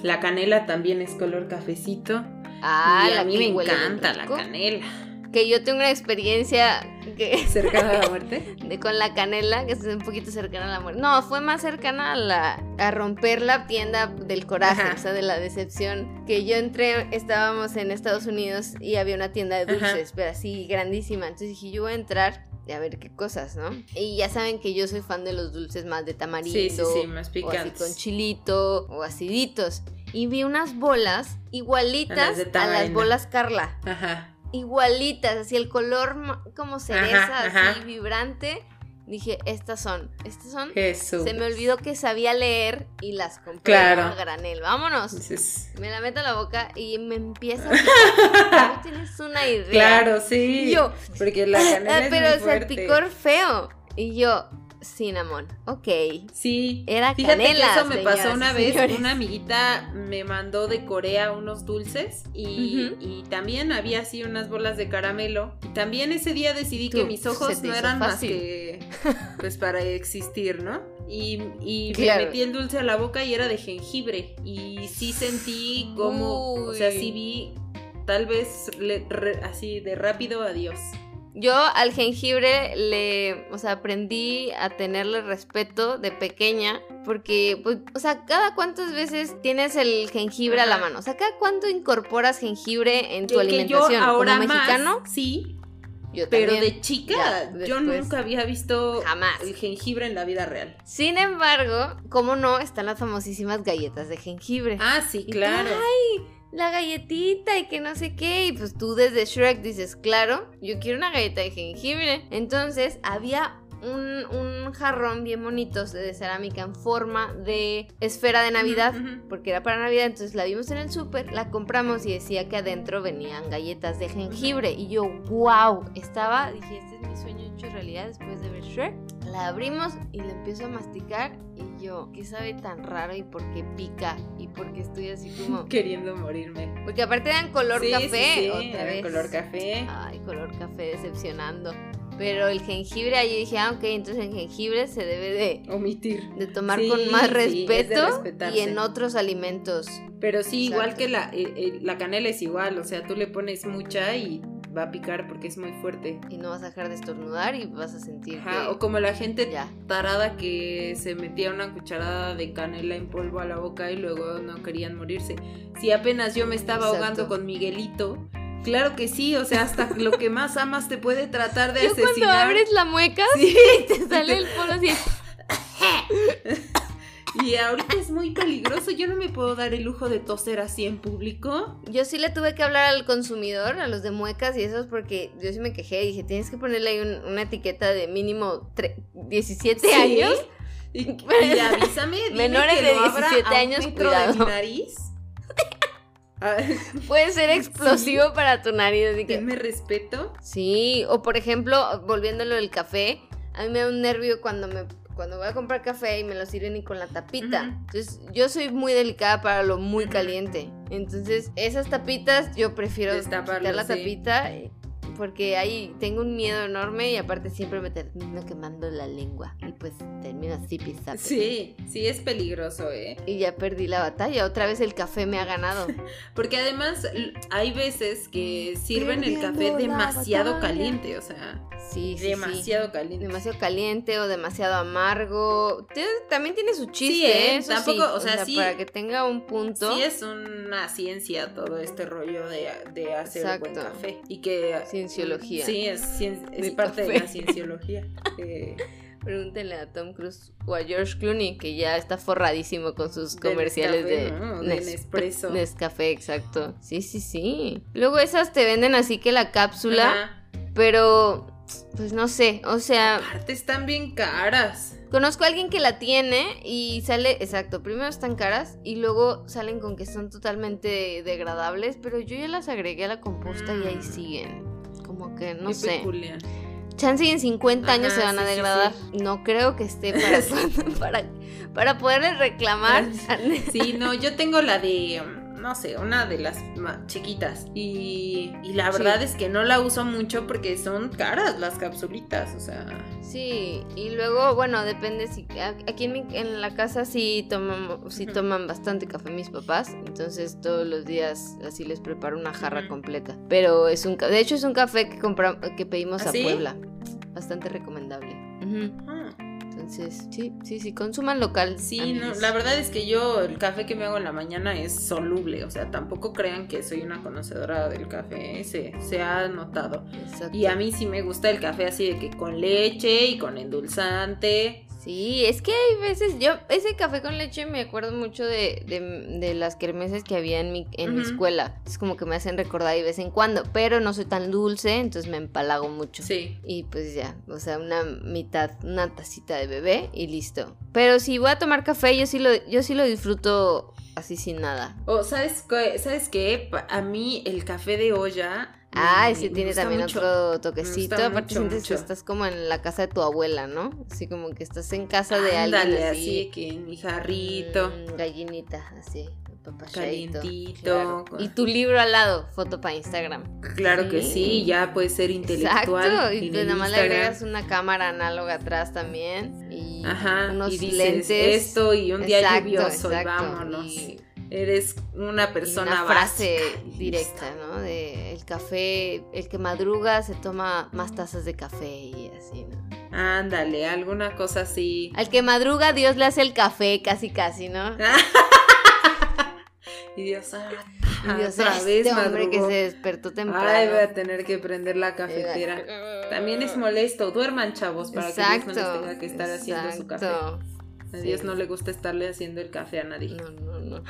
[SPEAKER 1] La canela también es color cafecito.
[SPEAKER 3] Ah,
[SPEAKER 1] y
[SPEAKER 3] la
[SPEAKER 1] a mí
[SPEAKER 3] que
[SPEAKER 1] me
[SPEAKER 3] huele bien
[SPEAKER 1] encanta la
[SPEAKER 3] rico.
[SPEAKER 1] canela. (laughs)
[SPEAKER 3] que yo tengo una experiencia que-
[SPEAKER 1] cercana a la muerte.
[SPEAKER 3] (laughs) de- con la canela, que es un poquito cercana a la muerte. No, fue más cercana a, la, a romper la tienda del coraje,
[SPEAKER 1] Ajá.
[SPEAKER 3] o sea, de la decepción. Que yo entré, estábamos en Estados Unidos y había una tienda de
[SPEAKER 1] Ajá.
[SPEAKER 3] dulces, pero así grandísima. Entonces dije, yo voy a entrar. Y a ver qué cosas, ¿no? Y ya saben que yo soy fan de los dulces más de tamarindo,
[SPEAKER 1] Sí, sí, sí, más
[SPEAKER 3] o así con
[SPEAKER 1] picantes.
[SPEAKER 3] chilito o aciditos. Y vi unas bolas
[SPEAKER 1] A
[SPEAKER 3] igualitas
[SPEAKER 1] las de
[SPEAKER 3] a las
[SPEAKER 1] tamarindo.
[SPEAKER 3] bolas Carla.
[SPEAKER 1] Ajá.
[SPEAKER 3] Igualitas, así el color ma- como cereza,
[SPEAKER 1] Ajá,
[SPEAKER 3] así
[SPEAKER 1] ajá.
[SPEAKER 3] vibrante. Dije, estas son, estas son.
[SPEAKER 1] Jesús.
[SPEAKER 3] Se me olvidó que sabía leer y las compré
[SPEAKER 1] Claro.
[SPEAKER 3] a granel. Vámonos. (laughs)
[SPEAKER 1] Dices, (laughs)
[SPEAKER 3] Me la meto a la boca y me empieza a picar. No tienes una idea.
[SPEAKER 1] Claro, sí.
[SPEAKER 3] Y yo,
[SPEAKER 1] Porque
[SPEAKER 3] (laughs)
[SPEAKER 1] la canela
[SPEAKER 3] "Ah,
[SPEAKER 1] es
[SPEAKER 3] pero
[SPEAKER 1] muy fuerte.
[SPEAKER 3] salpicor feo. Y yo, cinnamon. Ok.
[SPEAKER 1] Sí.
[SPEAKER 3] Era
[SPEAKER 1] Fíjate
[SPEAKER 3] canela.
[SPEAKER 1] que eso me pasó
[SPEAKER 3] señoras y
[SPEAKER 1] una vez.
[SPEAKER 3] señores.
[SPEAKER 1] Una amiguita me mandó de Corea unos dulces y,
[SPEAKER 3] Ujú.
[SPEAKER 1] y también había así unas bolas de caramelo. Y también ese día decidí
[SPEAKER 3] Tú,
[SPEAKER 1] que mis ojos
[SPEAKER 3] se te
[SPEAKER 1] no
[SPEAKER 3] hizo
[SPEAKER 1] eran
[SPEAKER 3] fácil.
[SPEAKER 1] más que pues para existir, ¿no? Y, y
[SPEAKER 3] Claro.
[SPEAKER 1] me metí el dulce a la boca y era de jengibre. Y sí sentí como, o sea,
[SPEAKER 3] Uy.
[SPEAKER 1] sí vi tal vez le- re- así de rápido adiós.
[SPEAKER 3] Yo al jengibre le, o sea, aprendí a tenerle respeto de pequeña porque, pues, o sea, cada cuántas veces tienes el jengibre a la
[SPEAKER 1] Ajá.
[SPEAKER 3] mano, o sea, cada cuánto incorporas jengibre en tu
[SPEAKER 1] Que- que yo
[SPEAKER 3] alimentación
[SPEAKER 1] ahora
[SPEAKER 3] como mexicano,
[SPEAKER 1] más, sí,
[SPEAKER 3] yo
[SPEAKER 1] Pero
[SPEAKER 3] también,
[SPEAKER 1] de chica,
[SPEAKER 3] Ya,
[SPEAKER 1] yo
[SPEAKER 3] después.
[SPEAKER 1] nunca había visto
[SPEAKER 3] jamás.
[SPEAKER 1] el jengibre en la vida real.
[SPEAKER 3] Sin embargo, como no están las famosísimas galletas de jengibre.
[SPEAKER 1] Ah, sí,
[SPEAKER 3] Y tú,
[SPEAKER 1] claro.
[SPEAKER 3] la galletita y que no sé qué. Y pues tú desde Shrek dices, claro, yo quiero una galleta de jengibre. Entonces había un, un jarrón bien bonito de cerámica en forma de esfera de Navidad.
[SPEAKER 1] Ujú, ujú.
[SPEAKER 3] Porque era para Navidad, entonces la vimos en el súper, la compramos y decía que adentro venían galletas de jengibre. Y yo, wow, estaba, dije, este es mi sueño hecho realidad después de ver Shrek. La abrimos y la empiezo a masticar y yo, ¿qué sabe tan raro y por qué pica? Y por qué estoy así como...
[SPEAKER 1] Queriendo morirme.
[SPEAKER 3] Porque aparte eran color
[SPEAKER 1] Sí,
[SPEAKER 3] café.
[SPEAKER 1] sí, sí,
[SPEAKER 3] otra
[SPEAKER 1] era
[SPEAKER 3] vez.
[SPEAKER 1] color café.
[SPEAKER 3] Ay, color café decepcionando. Pero el jengibre, ahí dije, ah, ok, entonces el jengibre se debe de,
[SPEAKER 1] Omitir.
[SPEAKER 3] de tomar
[SPEAKER 1] Sí,
[SPEAKER 3] con
[SPEAKER 1] sí,
[SPEAKER 3] más
[SPEAKER 1] es de
[SPEAKER 3] respeto
[SPEAKER 1] respetarse.
[SPEAKER 3] y en otros alimentos.
[SPEAKER 1] Pero sí, igual
[SPEAKER 3] Exacto.
[SPEAKER 1] que la, eh, eh, la canela es igual, o sea, tú le pones mucha y va a picar porque es muy fuerte.
[SPEAKER 3] Y no vas a dejar de estornudar y vas a sentir
[SPEAKER 1] Ajá,
[SPEAKER 3] que-
[SPEAKER 1] o como la gente
[SPEAKER 3] ya.
[SPEAKER 1] tarada que se metía una cucharada de canela en polvo a la boca y luego no querían morirse. Si apenas yo me estaba
[SPEAKER 3] Exacto.
[SPEAKER 1] ahogando con Miguelito, claro que sí, o sea, hasta lo que más amas te puede tratar de
[SPEAKER 3] (laughs) Yo
[SPEAKER 1] asesinar.
[SPEAKER 3] cuando abres la mueca,
[SPEAKER 1] (laughs) Sí.
[SPEAKER 3] te sale el polo así.
[SPEAKER 1] Y ahorita es muy peligroso, yo no me puedo dar el lujo de toser así en público.
[SPEAKER 3] Yo sí le tuve que hablar al consumidor, a los de muecas y esos, porque yo sí me quejé. Dije, tienes que ponerle ahí un- una etiqueta de mínimo tre- 17
[SPEAKER 1] Sí.
[SPEAKER 3] años.
[SPEAKER 1] Y, y
[SPEAKER 3] (laughs)
[SPEAKER 1] avísame, dime
[SPEAKER 3] Menores
[SPEAKER 1] que
[SPEAKER 3] de
[SPEAKER 1] lo abra
[SPEAKER 3] 17
[SPEAKER 1] a un
[SPEAKER 3] años,
[SPEAKER 1] metro de mi
[SPEAKER 3] cuidado. (laughs)
[SPEAKER 1] nariz. Ah, (laughs)
[SPEAKER 3] Puede ser explosivo para tu nariz. Así que...
[SPEAKER 1] Tenme respeto.
[SPEAKER 3] Sí, o por ejemplo, volviéndolo del café, a mí me da un nervio cuando me cuando voy a comprar café y me lo sirven y con la tapita.
[SPEAKER 1] Ujú.
[SPEAKER 3] Entonces, yo soy muy delicada para lo muy
[SPEAKER 1] Ujú.
[SPEAKER 3] caliente. Entonces, esas tapitas yo prefiero
[SPEAKER 1] Destaparlo,
[SPEAKER 3] quitar la
[SPEAKER 1] sí.
[SPEAKER 3] tapita eh, porque ahí tengo un miedo enorme y aparte siempre me termino quemando la lengua y pues termino así pisando.
[SPEAKER 1] Sí, sí es peligroso, ¿eh?
[SPEAKER 3] Y ya perdí la batalla, otra vez el café me ha ganado.
[SPEAKER 1] (laughs) Porque además l- hay veces que sirven el café
[SPEAKER 3] Perdiendo Mm. la
[SPEAKER 1] demasiado
[SPEAKER 3] batalla.
[SPEAKER 1] caliente, o sea,
[SPEAKER 3] Sí, sí, sí.
[SPEAKER 1] demasiado caliente.
[SPEAKER 3] demasiado caliente o demasiado amargo. Tiene- también tiene su chiste,
[SPEAKER 1] Sí, ¿eh?
[SPEAKER 3] eso
[SPEAKER 1] Tampoco,
[SPEAKER 3] sí.
[SPEAKER 1] o sea, sí.
[SPEAKER 3] para que tenga un punto.
[SPEAKER 1] Sí es una ciencia todo este rollo de, de hacer buen
[SPEAKER 3] Exacto.
[SPEAKER 1] café y que
[SPEAKER 3] Cienciología.
[SPEAKER 1] Sí, es, cien- es
[SPEAKER 3] Del
[SPEAKER 1] parte
[SPEAKER 3] café.
[SPEAKER 1] de la cienciología. eh,
[SPEAKER 3] (laughs) Pregúntenle a Tom Cruise o a George Clooney que ya está forradísimo con sus
[SPEAKER 1] De
[SPEAKER 3] comerciales
[SPEAKER 1] Nescafé,
[SPEAKER 3] de
[SPEAKER 1] ¿no? De
[SPEAKER 3] Nes-
[SPEAKER 1] Nespresso.
[SPEAKER 3] Nescafé, exacto. Sí, sí, sí. Luego esas te venden así que la cápsula,
[SPEAKER 1] ajá.
[SPEAKER 3] pero pues no sé, o sea,
[SPEAKER 1] Aparte están bien caras.
[SPEAKER 3] Conozco a alguien que la tiene y sale, exacto, primero están caras y luego salen con que son totalmente degradables, pero yo ya las agregué a la composta y ahí
[SPEAKER 1] Mm.
[SPEAKER 3] siguen. Como que no
[SPEAKER 1] Qué
[SPEAKER 3] sé.
[SPEAKER 1] peculiar.
[SPEAKER 3] Chance y en 50 años
[SPEAKER 1] Ajá,
[SPEAKER 3] se van a
[SPEAKER 1] sí, sí,
[SPEAKER 3] degradar. No creo que esté para, (laughs) para, para poderles reclamar.
[SPEAKER 1] Sí, no, yo tengo la de mm, no sé, una de las más chiquitas. Y, y la verdad
[SPEAKER 3] Sí.
[SPEAKER 1] es que no la uso mucho porque son caras las capsulitas, o sea.
[SPEAKER 3] Sí, y luego, bueno, depende si... a- Aquí en, mi- en la casa sí, tomamos, sí
[SPEAKER 1] Ujú.
[SPEAKER 3] toman bastante café mis papás, entonces todos los días así les preparo una jarra
[SPEAKER 1] Ujú.
[SPEAKER 3] completa. Pero es un... ca- De hecho es un café que, compra, que pedimos
[SPEAKER 1] ¿Ah,
[SPEAKER 3] a
[SPEAKER 1] sí?
[SPEAKER 3] Puebla. Bastante recomendable. Ujú.
[SPEAKER 1] ah.
[SPEAKER 3] Entonces, sí, sí, sí, consuman local.
[SPEAKER 1] Sí, no,
[SPEAKER 3] amigues.
[SPEAKER 1] la verdad es que yo el café que me hago en la mañana es soluble, o sea, tampoco crean que soy una conocedora del café, se, se ha notado.
[SPEAKER 3] Exacto.
[SPEAKER 1] Y a mí sí me gusta el café así de que con leche y con endulzante.
[SPEAKER 3] Sí, es que hay veces, yo, ese café con leche me acuerdo mucho de, de, de las kermeses que había en mi, en mi
[SPEAKER 1] Ujú.
[SPEAKER 3] escuela. Es como que me hacen recordar de vez en cuando, pero no soy tan dulce, entonces me empalago mucho.
[SPEAKER 1] Sí.
[SPEAKER 3] Y pues ya, o sea, una mitad, una tacita de bebé y listo. Pero si voy a tomar café, yo sí lo, yo sí lo disfruto así sin nada.
[SPEAKER 1] O sabes qué, sabes qué, Pa- a mí el café de olla. me-
[SPEAKER 3] Ah, ese
[SPEAKER 1] me
[SPEAKER 3] tiene
[SPEAKER 1] gusta
[SPEAKER 3] también
[SPEAKER 1] mucho.
[SPEAKER 3] otro toquecito.
[SPEAKER 1] Me gusta
[SPEAKER 3] Aparte
[SPEAKER 1] mucho,
[SPEAKER 3] sientes que
[SPEAKER 1] mucho.
[SPEAKER 3] estás como en la casa de tu abuela, ¿no? Así como que estás en casa de alguien
[SPEAKER 1] Ándale,
[SPEAKER 3] así.
[SPEAKER 1] así de que en mi jarrito.
[SPEAKER 3] Mm, gallinita, así. papachadito,
[SPEAKER 1] Calientito,
[SPEAKER 3] claro.
[SPEAKER 1] con-
[SPEAKER 3] Y tu libro al lado, foto para Instagram.
[SPEAKER 1] Claro que sí,
[SPEAKER 3] Sí.
[SPEAKER 1] ya puede ser intelectual.
[SPEAKER 3] Exacto. Y
[SPEAKER 1] en
[SPEAKER 3] tú
[SPEAKER 1] el
[SPEAKER 3] nada más le
[SPEAKER 1] Instagram.
[SPEAKER 3] agregas una cámara análoga atrás también. Y
[SPEAKER 1] Ajá,
[SPEAKER 3] unos
[SPEAKER 1] y dices
[SPEAKER 3] lentes.
[SPEAKER 1] esto y un día
[SPEAKER 3] Exacto,
[SPEAKER 1] lluvioso y
[SPEAKER 3] exacto,
[SPEAKER 1] vámonos.
[SPEAKER 3] y-
[SPEAKER 1] Eres una
[SPEAKER 3] y
[SPEAKER 1] persona
[SPEAKER 3] una frase
[SPEAKER 1] básica y
[SPEAKER 3] directa,
[SPEAKER 1] listo.
[SPEAKER 3] ¿no? De el café, el que madruga se toma más tazas de café y así, ¿no?
[SPEAKER 1] Ándale, alguna cosa así.
[SPEAKER 3] Al que madruga Dios le hace el café, casi casi, ¿no?
[SPEAKER 1] (laughs) Y Dios, ah,
[SPEAKER 3] Y Dios,
[SPEAKER 1] otra
[SPEAKER 3] este
[SPEAKER 1] vez
[SPEAKER 3] hombre que
[SPEAKER 1] madrugó.
[SPEAKER 3] se despertó temprano.
[SPEAKER 1] Ay, voy a tener que prender la
[SPEAKER 3] Eh,
[SPEAKER 1] cafetera.
[SPEAKER 3] va-
[SPEAKER 1] También es molesto. Duerman, chavos, para que Dios no les
[SPEAKER 3] Exacto,
[SPEAKER 1] tenga que estar haciendo su café.
[SPEAKER 3] exacto.
[SPEAKER 1] A Dios
[SPEAKER 3] Sí.
[SPEAKER 1] no le gusta estarle haciendo el café a nadie.
[SPEAKER 3] No, no, no.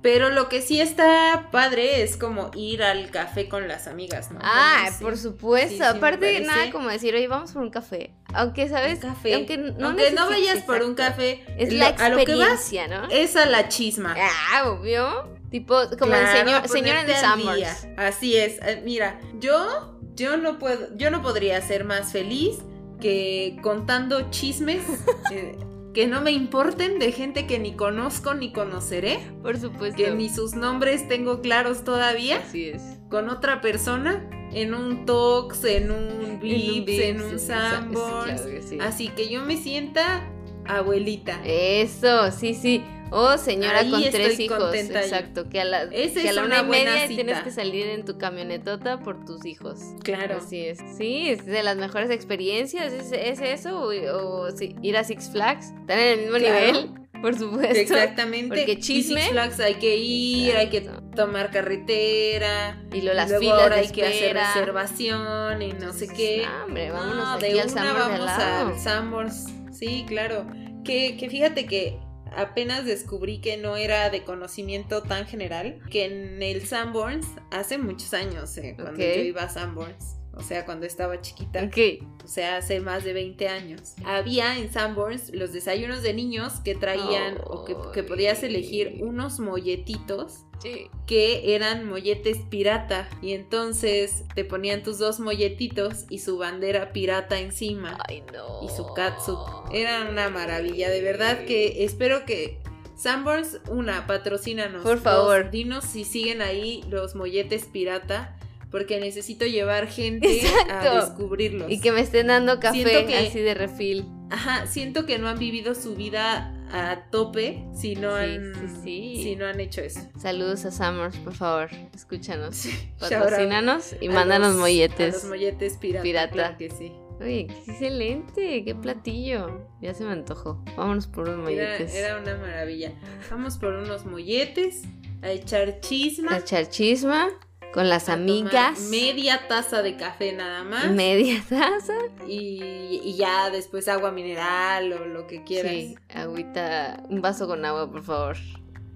[SPEAKER 1] Pero lo que sí está padre es como ir al café con las amigas, ¿no?
[SPEAKER 3] Ah,
[SPEAKER 1] Como, sí.
[SPEAKER 3] por supuesto.
[SPEAKER 1] Sí, sí, me
[SPEAKER 3] Aparte,
[SPEAKER 1] parece.
[SPEAKER 3] nada como decir, oye, vamos por un café. Aunque, ¿sabes?
[SPEAKER 1] Un café.
[SPEAKER 3] Aunque no,
[SPEAKER 1] Aunque no
[SPEAKER 3] necesites-
[SPEAKER 1] vayas por un
[SPEAKER 3] exacto.
[SPEAKER 1] café,
[SPEAKER 3] Es
[SPEAKER 1] lo-
[SPEAKER 3] la
[SPEAKER 1] a lo que vas
[SPEAKER 3] experiencia, ¿no?
[SPEAKER 1] es a la chisma.
[SPEAKER 3] Ah, obvio. Tipo, como
[SPEAKER 1] Claro,
[SPEAKER 3] el señor,
[SPEAKER 1] ponerte
[SPEAKER 3] señor en
[SPEAKER 1] al
[SPEAKER 3] Summers.
[SPEAKER 1] día. Así es. Eh, Mira, yo, yo no puedo, yo no podría ser más feliz que contando chismes
[SPEAKER 3] (laughs)
[SPEAKER 1] eh, que no me importen de gente que ni conozco ni conoceré,
[SPEAKER 3] Por supuesto.
[SPEAKER 1] que ni sus nombres tengo claros todavía,
[SPEAKER 3] Así es.
[SPEAKER 1] con otra persona en un Tox, en un Vips, en un
[SPEAKER 3] Vips, en un Sa-
[SPEAKER 1] Sanborns.
[SPEAKER 3] sí, claro que sí.
[SPEAKER 1] Así que yo me sienta abuelita.
[SPEAKER 3] Eh, Eso, sí, sí. O señora
[SPEAKER 1] Ahí
[SPEAKER 3] con
[SPEAKER 1] estoy
[SPEAKER 3] tres hijos.
[SPEAKER 1] contenta yo.
[SPEAKER 3] Exacto. Que a la,
[SPEAKER 1] Esa
[SPEAKER 3] que a
[SPEAKER 1] es
[SPEAKER 3] la
[SPEAKER 1] una
[SPEAKER 3] una, y
[SPEAKER 1] buena
[SPEAKER 3] media
[SPEAKER 1] cita.
[SPEAKER 3] tienes que salir en tu camionetota por tus hijos.
[SPEAKER 1] Claro.
[SPEAKER 3] (laughs) Así es. Sí, es de las mejores experiencias. ¿Es, es eso? O, o sí, ir a Six Flags. Están en el mismo
[SPEAKER 1] Claro.
[SPEAKER 3] nivel, por supuesto.
[SPEAKER 1] Exactamente.
[SPEAKER 3] Porque
[SPEAKER 1] Y
[SPEAKER 3] chisme.
[SPEAKER 1] Six Flags hay que ir, hay que
[SPEAKER 3] Exacto.
[SPEAKER 1] tomar carretera.
[SPEAKER 3] Y luego las
[SPEAKER 1] luego
[SPEAKER 3] filas
[SPEAKER 1] ahora
[SPEAKER 3] de
[SPEAKER 1] hay que hacer
[SPEAKER 3] espera.
[SPEAKER 1] reservación y no sé
[SPEAKER 3] Entonces, ah,
[SPEAKER 1] qué.
[SPEAKER 3] no, hombre,
[SPEAKER 1] No,
[SPEAKER 3] vámonos
[SPEAKER 1] Ah, de
[SPEAKER 3] aquí al
[SPEAKER 1] una
[SPEAKER 3] Sanborns de al
[SPEAKER 1] vamos
[SPEAKER 3] lado.
[SPEAKER 1] al Sanborns. Sí, claro. Que, que fíjate que apenas descubrí que no era de conocimiento tan general que en el Sanborns hace muchos años, eh, cuando
[SPEAKER 3] Ok.
[SPEAKER 1] yo iba a Sanborns. O sea, cuando estaba chiquita
[SPEAKER 3] Ok.
[SPEAKER 1] o sea, hace más de 20 años. Había en Sanborns los desayunos de niños que traían o que, que podías elegir unos molletitos
[SPEAKER 3] Sí.
[SPEAKER 1] que eran molletes pirata y entonces te ponían tus dos molletitos y su bandera pirata encima
[SPEAKER 3] Ay, no.
[SPEAKER 1] y su catsup. Era una maravilla, de verdad que espero que Sanborns, una, patrocínanos.
[SPEAKER 3] Por favor.
[SPEAKER 1] Dos, dinos si siguen ahí los molletes pirata. Porque necesito llevar gente a
[SPEAKER 3] Exacto.
[SPEAKER 1] descubrirlos.
[SPEAKER 3] Y que me estén dando café
[SPEAKER 1] Siento que-
[SPEAKER 3] así de refil.
[SPEAKER 1] Ajá, siento que no han vivido su vida a tope si no
[SPEAKER 3] Sí,
[SPEAKER 1] han
[SPEAKER 3] sí, sí.
[SPEAKER 1] si no han hecho eso.
[SPEAKER 3] Saludos a Summers, por favor. Escúchanos.
[SPEAKER 1] Shout out
[SPEAKER 3] Patrocínanos y
[SPEAKER 1] a
[SPEAKER 3] mándanos
[SPEAKER 1] los-
[SPEAKER 3] molletes.
[SPEAKER 1] A los molletes pirata.
[SPEAKER 3] Pirata.
[SPEAKER 1] claro que sí.
[SPEAKER 3] Oye, qué excelente, qué platillo. Ya se me antojó. Vámonos por unos
[SPEAKER 1] Era,
[SPEAKER 3] molletes.
[SPEAKER 1] era una maravilla. Vamos por unos molletes a echar chisma.
[SPEAKER 3] La charchisma con las
[SPEAKER 1] a tomar
[SPEAKER 3] amigas.
[SPEAKER 1] Media taza de café nada más.
[SPEAKER 3] Media taza.
[SPEAKER 1] y, y ya después agua mineral o lo que quieras.
[SPEAKER 3] Sí, agüita, un vaso con agua, por favor.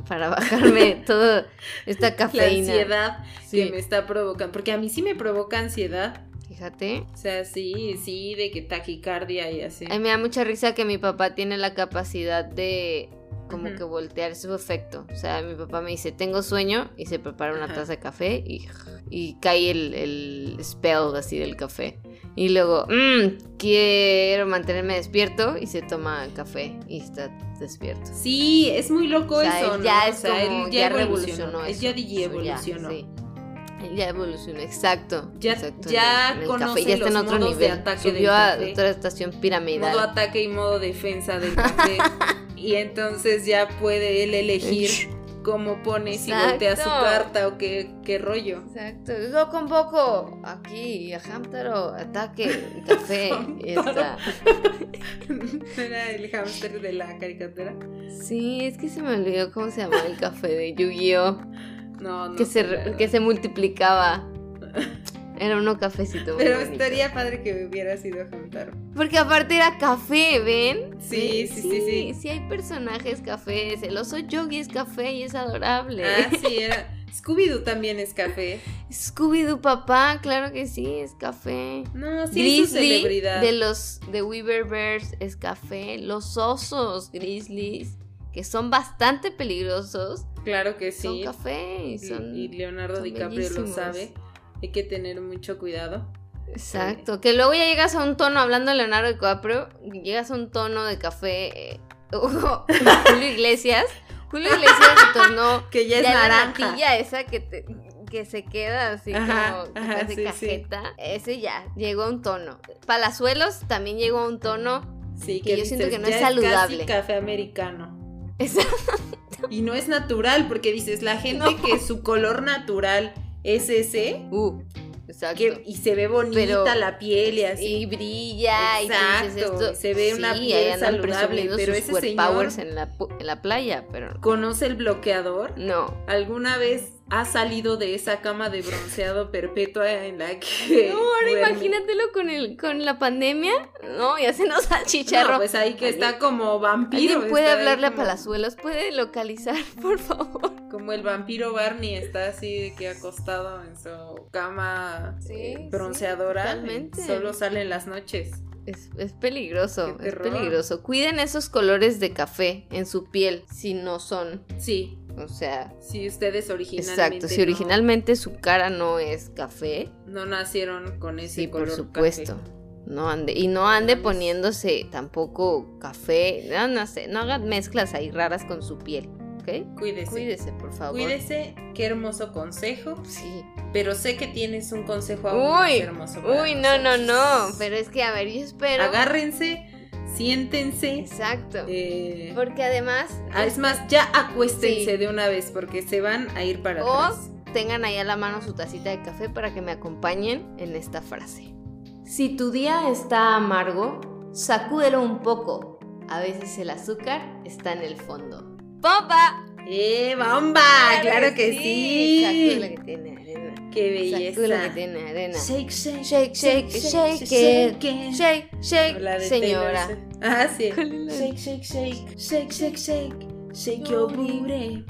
[SPEAKER 3] Para
[SPEAKER 1] (laughs)
[SPEAKER 3] bajarme toda esta
[SPEAKER 1] La
[SPEAKER 3] cafeína.
[SPEAKER 1] ansiedad
[SPEAKER 3] Sí,
[SPEAKER 1] que me está provocando. Porque a mí sí me provoca ansiedad.
[SPEAKER 3] fíjate.
[SPEAKER 1] O sea, sí, sí, de que taquicardia y así.
[SPEAKER 3] A mí Eh, me da mucha risa que mi papá tiene la capacidad de como
[SPEAKER 1] Ujú.
[SPEAKER 3] que voltear su efecto. O sea, mi papá me dice, tengo sueño, y se prepara una
[SPEAKER 1] Ajá.
[SPEAKER 3] taza de café y, y cae el, el spell así del café. Y luego, "Mm, quiero mantenerme despierto y se toma café y está despierto.
[SPEAKER 1] Sí, es muy loco
[SPEAKER 3] O sea,
[SPEAKER 1] eso,
[SPEAKER 3] él
[SPEAKER 1] ¿no?
[SPEAKER 3] ya
[SPEAKER 1] O
[SPEAKER 3] es
[SPEAKER 1] sea,
[SPEAKER 3] como-
[SPEAKER 1] él
[SPEAKER 3] ya revolucionó
[SPEAKER 1] él
[SPEAKER 3] eso,
[SPEAKER 1] ya DJ
[SPEAKER 3] eso ya,
[SPEAKER 1] evolucionó.
[SPEAKER 3] sí. Él ya evolucionó, exacto.
[SPEAKER 1] Ya-
[SPEAKER 3] exacto,
[SPEAKER 1] ya
[SPEAKER 3] en el
[SPEAKER 1] conoce
[SPEAKER 3] café,
[SPEAKER 1] los modos de ataque del
[SPEAKER 3] Subió a
[SPEAKER 1] café.
[SPEAKER 3] otra estación piramidal.
[SPEAKER 1] Modo ataque y modo defensa del
[SPEAKER 3] (laughs)
[SPEAKER 1] café. y entonces ya puede él elegir cómo pone, si
[SPEAKER 3] Exacto.
[SPEAKER 1] voltea su carta o qué, qué rollo. (laughs)
[SPEAKER 3] Exacto, yo convoco aquí a
[SPEAKER 1] (laughs)
[SPEAKER 3] Hamtaro, ataque, café, y ya está.
[SPEAKER 1] ¿No era el hámster de la caricatura?
[SPEAKER 3] Sí, es que se me olvidó cómo se llamaba el café de Yu-Gi-Oh!
[SPEAKER 1] No, no.
[SPEAKER 3] Que se,
[SPEAKER 1] sé, la
[SPEAKER 3] re-
[SPEAKER 1] verdad.
[SPEAKER 3] que se multiplicaba. Era uno cafecito. muy
[SPEAKER 1] Pero
[SPEAKER 3] bonito.
[SPEAKER 1] estaría padre que hubiera sido Hamtaro.
[SPEAKER 3] Porque aparte era café, ¿ven?
[SPEAKER 1] Sí, sí, sí, sí.
[SPEAKER 3] Sí hay personajes cafés. El oso Yogi es café y es adorable.
[SPEAKER 1] Ah, sí, era. Scooby-Doo también es café.
[SPEAKER 3] Scooby-Doo papá, claro que sí, es café.
[SPEAKER 1] No, sí, es su
[SPEAKER 3] Grizzly
[SPEAKER 1] celebridad.
[SPEAKER 3] de los de Weaver Bears es café. Los osos grizzlies, que son bastante peligrosos,
[SPEAKER 1] Claro que
[SPEAKER 3] son
[SPEAKER 1] sí.
[SPEAKER 3] café y son...
[SPEAKER 1] y Leonardo
[SPEAKER 3] son
[SPEAKER 1] DiCaprio
[SPEAKER 3] bellísimos.
[SPEAKER 1] lo sabe. Hay que tener mucho cuidado.
[SPEAKER 3] Exacto, que luego ya llegas a un tono, hablando de Leonardo DiCaprio, llegas a un tono de café... eh, (laughs) ojo, Julio Iglesias. Julio Iglesias se tornó...
[SPEAKER 1] Que ya (laughs) es
[SPEAKER 3] la
[SPEAKER 1] naranja.
[SPEAKER 3] natilla esa que te- que se queda así
[SPEAKER 1] Ajá,
[SPEAKER 3] como que
[SPEAKER 1] ajá,
[SPEAKER 3] parece
[SPEAKER 1] sí, sí.
[SPEAKER 3] cajeta. Ese ya, llegó a un tono. Palazuelos también llegó a un tono.
[SPEAKER 1] Sí,
[SPEAKER 3] que yo siento que no
[SPEAKER 1] ya
[SPEAKER 3] es
[SPEAKER 1] casi
[SPEAKER 3] saludable.
[SPEAKER 1] café americano.
[SPEAKER 3] Esa-
[SPEAKER 1] Y no es natural, porque dices, la gente
[SPEAKER 3] (laughs) No.
[SPEAKER 1] que su color natural es ese,
[SPEAKER 3] Uh, exacto.
[SPEAKER 1] que- y se ve bonita
[SPEAKER 3] Pero-
[SPEAKER 1] la piel y así.
[SPEAKER 3] Y brilla y tú dices
[SPEAKER 1] Exacto,
[SPEAKER 3] esto.
[SPEAKER 1] se ve una
[SPEAKER 3] sí,
[SPEAKER 1] piel
[SPEAKER 3] ahí andan
[SPEAKER 1] saludable,
[SPEAKER 3] presumiendo
[SPEAKER 1] pero
[SPEAKER 3] sus
[SPEAKER 1] ese
[SPEAKER 3] power
[SPEAKER 1] señor-
[SPEAKER 3] powers en la, pu- en la playa, pero
[SPEAKER 1] ¿Conoce el bloqueador?
[SPEAKER 3] no.
[SPEAKER 1] ¿Alguna vez ha salido de esa cama de bronceado perpetua en la que...
[SPEAKER 3] No, ahora
[SPEAKER 1] duerme?
[SPEAKER 3] imagínatelo con el con la pandemia. No, ya se nos da chicharro.
[SPEAKER 1] No, pues ahí que está como vampiro.
[SPEAKER 3] ¿Alguien puede
[SPEAKER 1] está ahí
[SPEAKER 3] hablarle a
[SPEAKER 1] como-
[SPEAKER 3] Palazuelos? ¿Puede localizar, (laughs) por favor?
[SPEAKER 1] Como el vampiro Barney está así de que acostado en su cama
[SPEAKER 3] Sí,
[SPEAKER 1] eh,
[SPEAKER 3] sí,
[SPEAKER 1] bronceadora. y
[SPEAKER 3] totalmente.
[SPEAKER 1] solo sale en las noches.
[SPEAKER 3] Es, es peligroso,
[SPEAKER 1] Qué
[SPEAKER 3] es
[SPEAKER 1] terror.
[SPEAKER 3] peligroso. Cuiden esos colores de café en su piel si no son,
[SPEAKER 1] Sí,
[SPEAKER 3] o sea,
[SPEAKER 1] si ustedes originalmente.
[SPEAKER 3] exacto, si
[SPEAKER 1] no-
[SPEAKER 3] originalmente su cara no es café,
[SPEAKER 1] No, nacieron con ese
[SPEAKER 3] sí, por
[SPEAKER 1] color
[SPEAKER 3] supuesto.
[SPEAKER 1] café.
[SPEAKER 3] No ande, y no ande
[SPEAKER 1] Mames.
[SPEAKER 3] poniéndose tampoco café, no, no sé, no hagan mezclas ahí raras con su piel,
[SPEAKER 1] Cuídese.
[SPEAKER 3] ¿ok?
[SPEAKER 1] Cuídese.
[SPEAKER 3] Cuídese, por favor.
[SPEAKER 1] qué hermoso consejo.
[SPEAKER 3] Sí.
[SPEAKER 1] Pero sé que tienes un consejo aún más
[SPEAKER 3] Uy,
[SPEAKER 1] hermoso. para
[SPEAKER 3] Uy, no, no,
[SPEAKER 1] nosotros.
[SPEAKER 3] no, pero es que, a ver, yo espero.
[SPEAKER 1] Agárrense, siéntense.
[SPEAKER 3] Exacto.
[SPEAKER 1] eh,
[SPEAKER 3] Porque además,
[SPEAKER 1] ah, es más, ya acuéstense
[SPEAKER 3] Sí. ¿Oh?
[SPEAKER 1] de una vez porque se van a ir para
[SPEAKER 3] O-
[SPEAKER 1] atrás.
[SPEAKER 3] tengan ahí a la mano su tacita de café para que me acompañen en esta frase. Si tu día está amargo, sacúdelo un poco. A veces el azúcar está en el fondo. ¡Pompa!
[SPEAKER 1] ¡Eh, bomba! ¡Claro que
[SPEAKER 3] Sacúdelo
[SPEAKER 1] sí!
[SPEAKER 3] que tiene arena.
[SPEAKER 1] ¡Qué
[SPEAKER 3] Sacúdelo que
[SPEAKER 1] belleza!
[SPEAKER 3] tiene arena.
[SPEAKER 1] Shake, shake,
[SPEAKER 3] Shake, shake, shake, it. Shake,
[SPEAKER 1] O la
[SPEAKER 3] shake,
[SPEAKER 1] de
[SPEAKER 3] señora.
[SPEAKER 1] Taylor Swift. Ah, sí.
[SPEAKER 3] ¿Cuál es la de-
[SPEAKER 1] Shake, shake, shake, shake, shake, shake, shake your booty,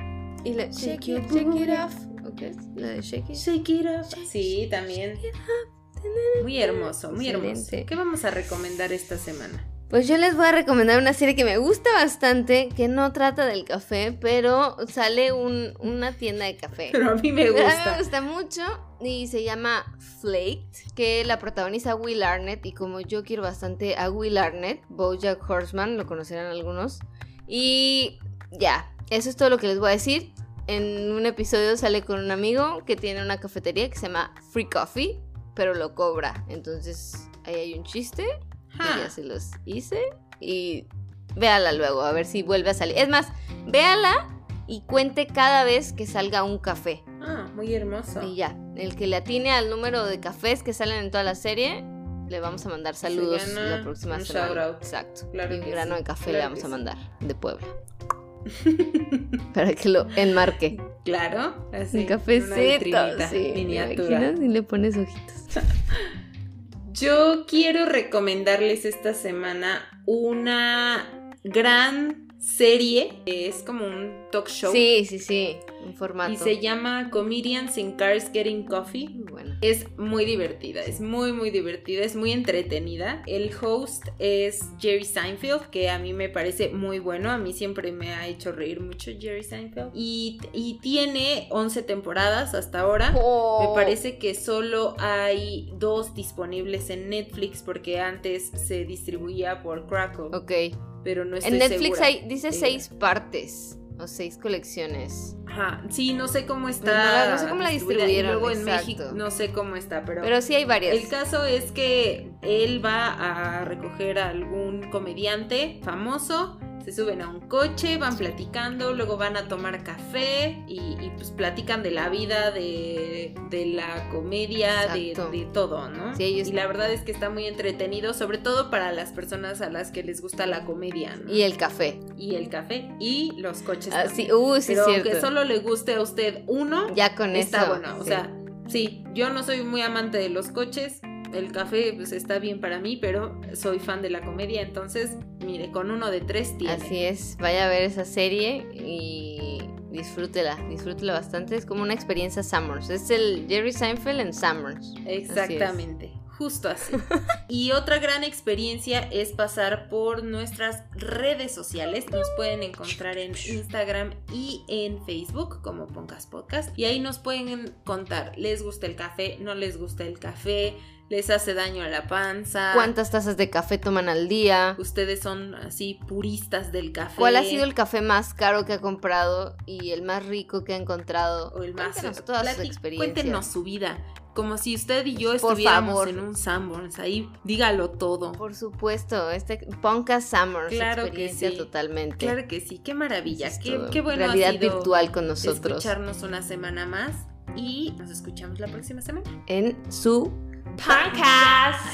[SPEAKER 3] Y la
[SPEAKER 1] Shake
[SPEAKER 3] shake it,
[SPEAKER 1] your
[SPEAKER 3] shake it
[SPEAKER 1] booty.
[SPEAKER 3] off. ¿Ok? La de shake it.
[SPEAKER 1] shake it up. Sí, también. Muy hermoso, muy hermoso.
[SPEAKER 3] Excelente.
[SPEAKER 1] ¿Qué vamos a recomendar esta
[SPEAKER 3] (laughs)
[SPEAKER 1] semana?
[SPEAKER 3] Pues yo les voy a recomendar una serie que me gusta bastante, que no trata del café, pero sale un- una tienda de café.
[SPEAKER 1] Pero a mí me
[SPEAKER 3] A mí
[SPEAKER 1] gusta.
[SPEAKER 3] (laughs) me gusta mucho y se llama Flaked, que la protagoniza Will Arnett y como yo quiero bastante a Will Arnett, Bojack Horseman, lo conocerán algunos. Y ya, eso es todo lo que les voy a decir. En un episodio sale con un amigo que tiene una cafetería que se llama Free Coffee, pero lo cobra. Entonces ahí hay un chiste que
[SPEAKER 1] Ja.
[SPEAKER 3] ya se los hice. Y véala luego, a ver si vuelve a salir. Es más, véala y cuente cada vez que salga un café.
[SPEAKER 1] Ah, muy hermoso.
[SPEAKER 3] Y ya, el que le atine al número de cafés que salen en toda la serie, le vamos a mandar saludos
[SPEAKER 1] gana
[SPEAKER 3] la próxima
[SPEAKER 1] un
[SPEAKER 3] semana.
[SPEAKER 1] shout-out.
[SPEAKER 3] Exacto.
[SPEAKER 1] Claro
[SPEAKER 3] y un
[SPEAKER 1] que
[SPEAKER 3] grano
[SPEAKER 1] sí,
[SPEAKER 3] de café le
[SPEAKER 1] claro
[SPEAKER 3] vamos
[SPEAKER 1] que
[SPEAKER 3] a
[SPEAKER 1] sí.
[SPEAKER 3] mandar de Puebla.
[SPEAKER 1] (laughs)
[SPEAKER 3] Para que lo enmarque.
[SPEAKER 1] Claro, así.
[SPEAKER 3] un
[SPEAKER 1] una
[SPEAKER 3] cafecito.
[SPEAKER 1] vitrinita,
[SPEAKER 3] Sí, ¿te
[SPEAKER 1] miniatura.
[SPEAKER 3] imaginas? Y le pones ojitos.
[SPEAKER 1] Yo quiero recomendarles esta semana una gran serie. que Es como un talk show.
[SPEAKER 3] Sí, sí, sí. Un formato.
[SPEAKER 1] Y se llama Comedians in Cars Getting Coffee.
[SPEAKER 3] Muy bueno.
[SPEAKER 1] Es muy divertida, es muy muy divertida, es muy entretenida. El host es Jerry Seinfeld, que a mí me parece muy bueno, a mí siempre me ha hecho reír mucho Jerry Seinfeld. Y, y tiene 11 temporadas hasta ahora.
[SPEAKER 3] Oh.
[SPEAKER 1] Me parece que solo hay dos disponibles en Netflix porque antes se distribuía por Crackle,
[SPEAKER 3] Ok.
[SPEAKER 1] pero no estoy
[SPEAKER 3] en Netflix
[SPEAKER 1] segura.
[SPEAKER 3] hay, dice
[SPEAKER 1] Eh,
[SPEAKER 3] seis partes o seis colecciones.
[SPEAKER 1] Ajá. Sí, no sé cómo
[SPEAKER 3] No
[SPEAKER 1] está.
[SPEAKER 3] la- no sé cómo la
[SPEAKER 1] distribuida,
[SPEAKER 3] distribuyeron,
[SPEAKER 1] Y luego en
[SPEAKER 3] exacto.
[SPEAKER 1] México no sé cómo está, pero,
[SPEAKER 3] Pero sí hay varias.
[SPEAKER 1] el caso es que él va a recoger a algún comediante famoso. Se suben a un coche, van platicando, luego van a tomar café y, y, pues platican de la vida, de, de la comedia, de,
[SPEAKER 3] Exacto.
[SPEAKER 1] de todo, ¿no?
[SPEAKER 3] Sí, ellos-
[SPEAKER 1] Y la verdad es que está muy entretenido, sobre todo para las personas a las que les gusta la comedia, ¿no?
[SPEAKER 3] Y el café.
[SPEAKER 1] Y el café y los coches.
[SPEAKER 3] Ah,
[SPEAKER 1] también.
[SPEAKER 3] sí, uh, sí,
[SPEAKER 1] Pero aunque
[SPEAKER 3] cierto.
[SPEAKER 1] solo le guste a usted uno,
[SPEAKER 3] Ya con
[SPEAKER 1] está
[SPEAKER 3] eso.
[SPEAKER 1] bueno. O
[SPEAKER 3] sí.
[SPEAKER 1] sea, sí, yo no soy muy amante de los coches. El café pues está bien para mí, pero soy fan de la comedia, entonces mire, con uno de tres tiene.
[SPEAKER 3] Así es, vaya a ver esa serie y disfrútela, disfrútela bastante. Es como una experiencia Summers. Es el Jerry Seinfeld en Summers.
[SPEAKER 1] Exactamente, justo así. (laughs) y otra gran experiencia es pasar por nuestras redes sociales. Nos pueden encontrar en Instagram y en Facebook como Poncas Podcast. Y ahí nos pueden contar, ¿les gusta el café? ¿No les gusta el café? ¿Les hace daño a la panza?
[SPEAKER 3] ¿Cuántas tazas de café toman al día?
[SPEAKER 1] Ustedes son así puristas del café.
[SPEAKER 3] ¿Cuál ha sido el café más caro que ha comprado y el más rico que ha encontrado?
[SPEAKER 1] o el más eh,
[SPEAKER 3] Cuéntenos todas sus
[SPEAKER 1] plati-
[SPEAKER 3] experiencias.
[SPEAKER 1] Cuéntenos su vida. Como si usted y yo
[SPEAKER 3] Por
[SPEAKER 1] estuviéramos
[SPEAKER 3] favor.
[SPEAKER 1] en un Sanborns ahí, dígalo todo.
[SPEAKER 3] Por supuesto, este Ponca Summers,
[SPEAKER 1] Claro que
[SPEAKER 3] experiencia
[SPEAKER 1] sí.
[SPEAKER 3] totalmente.
[SPEAKER 1] Claro que sí, qué maravilla,
[SPEAKER 3] Es
[SPEAKER 1] qué,
[SPEAKER 3] todo.
[SPEAKER 1] qué bueno ha
[SPEAKER 3] Realidad
[SPEAKER 1] sido
[SPEAKER 3] virtual con nosotros.
[SPEAKER 1] escucharnos una semana más y nos escuchamos la próxima semana.
[SPEAKER 3] En su podcast. Mm,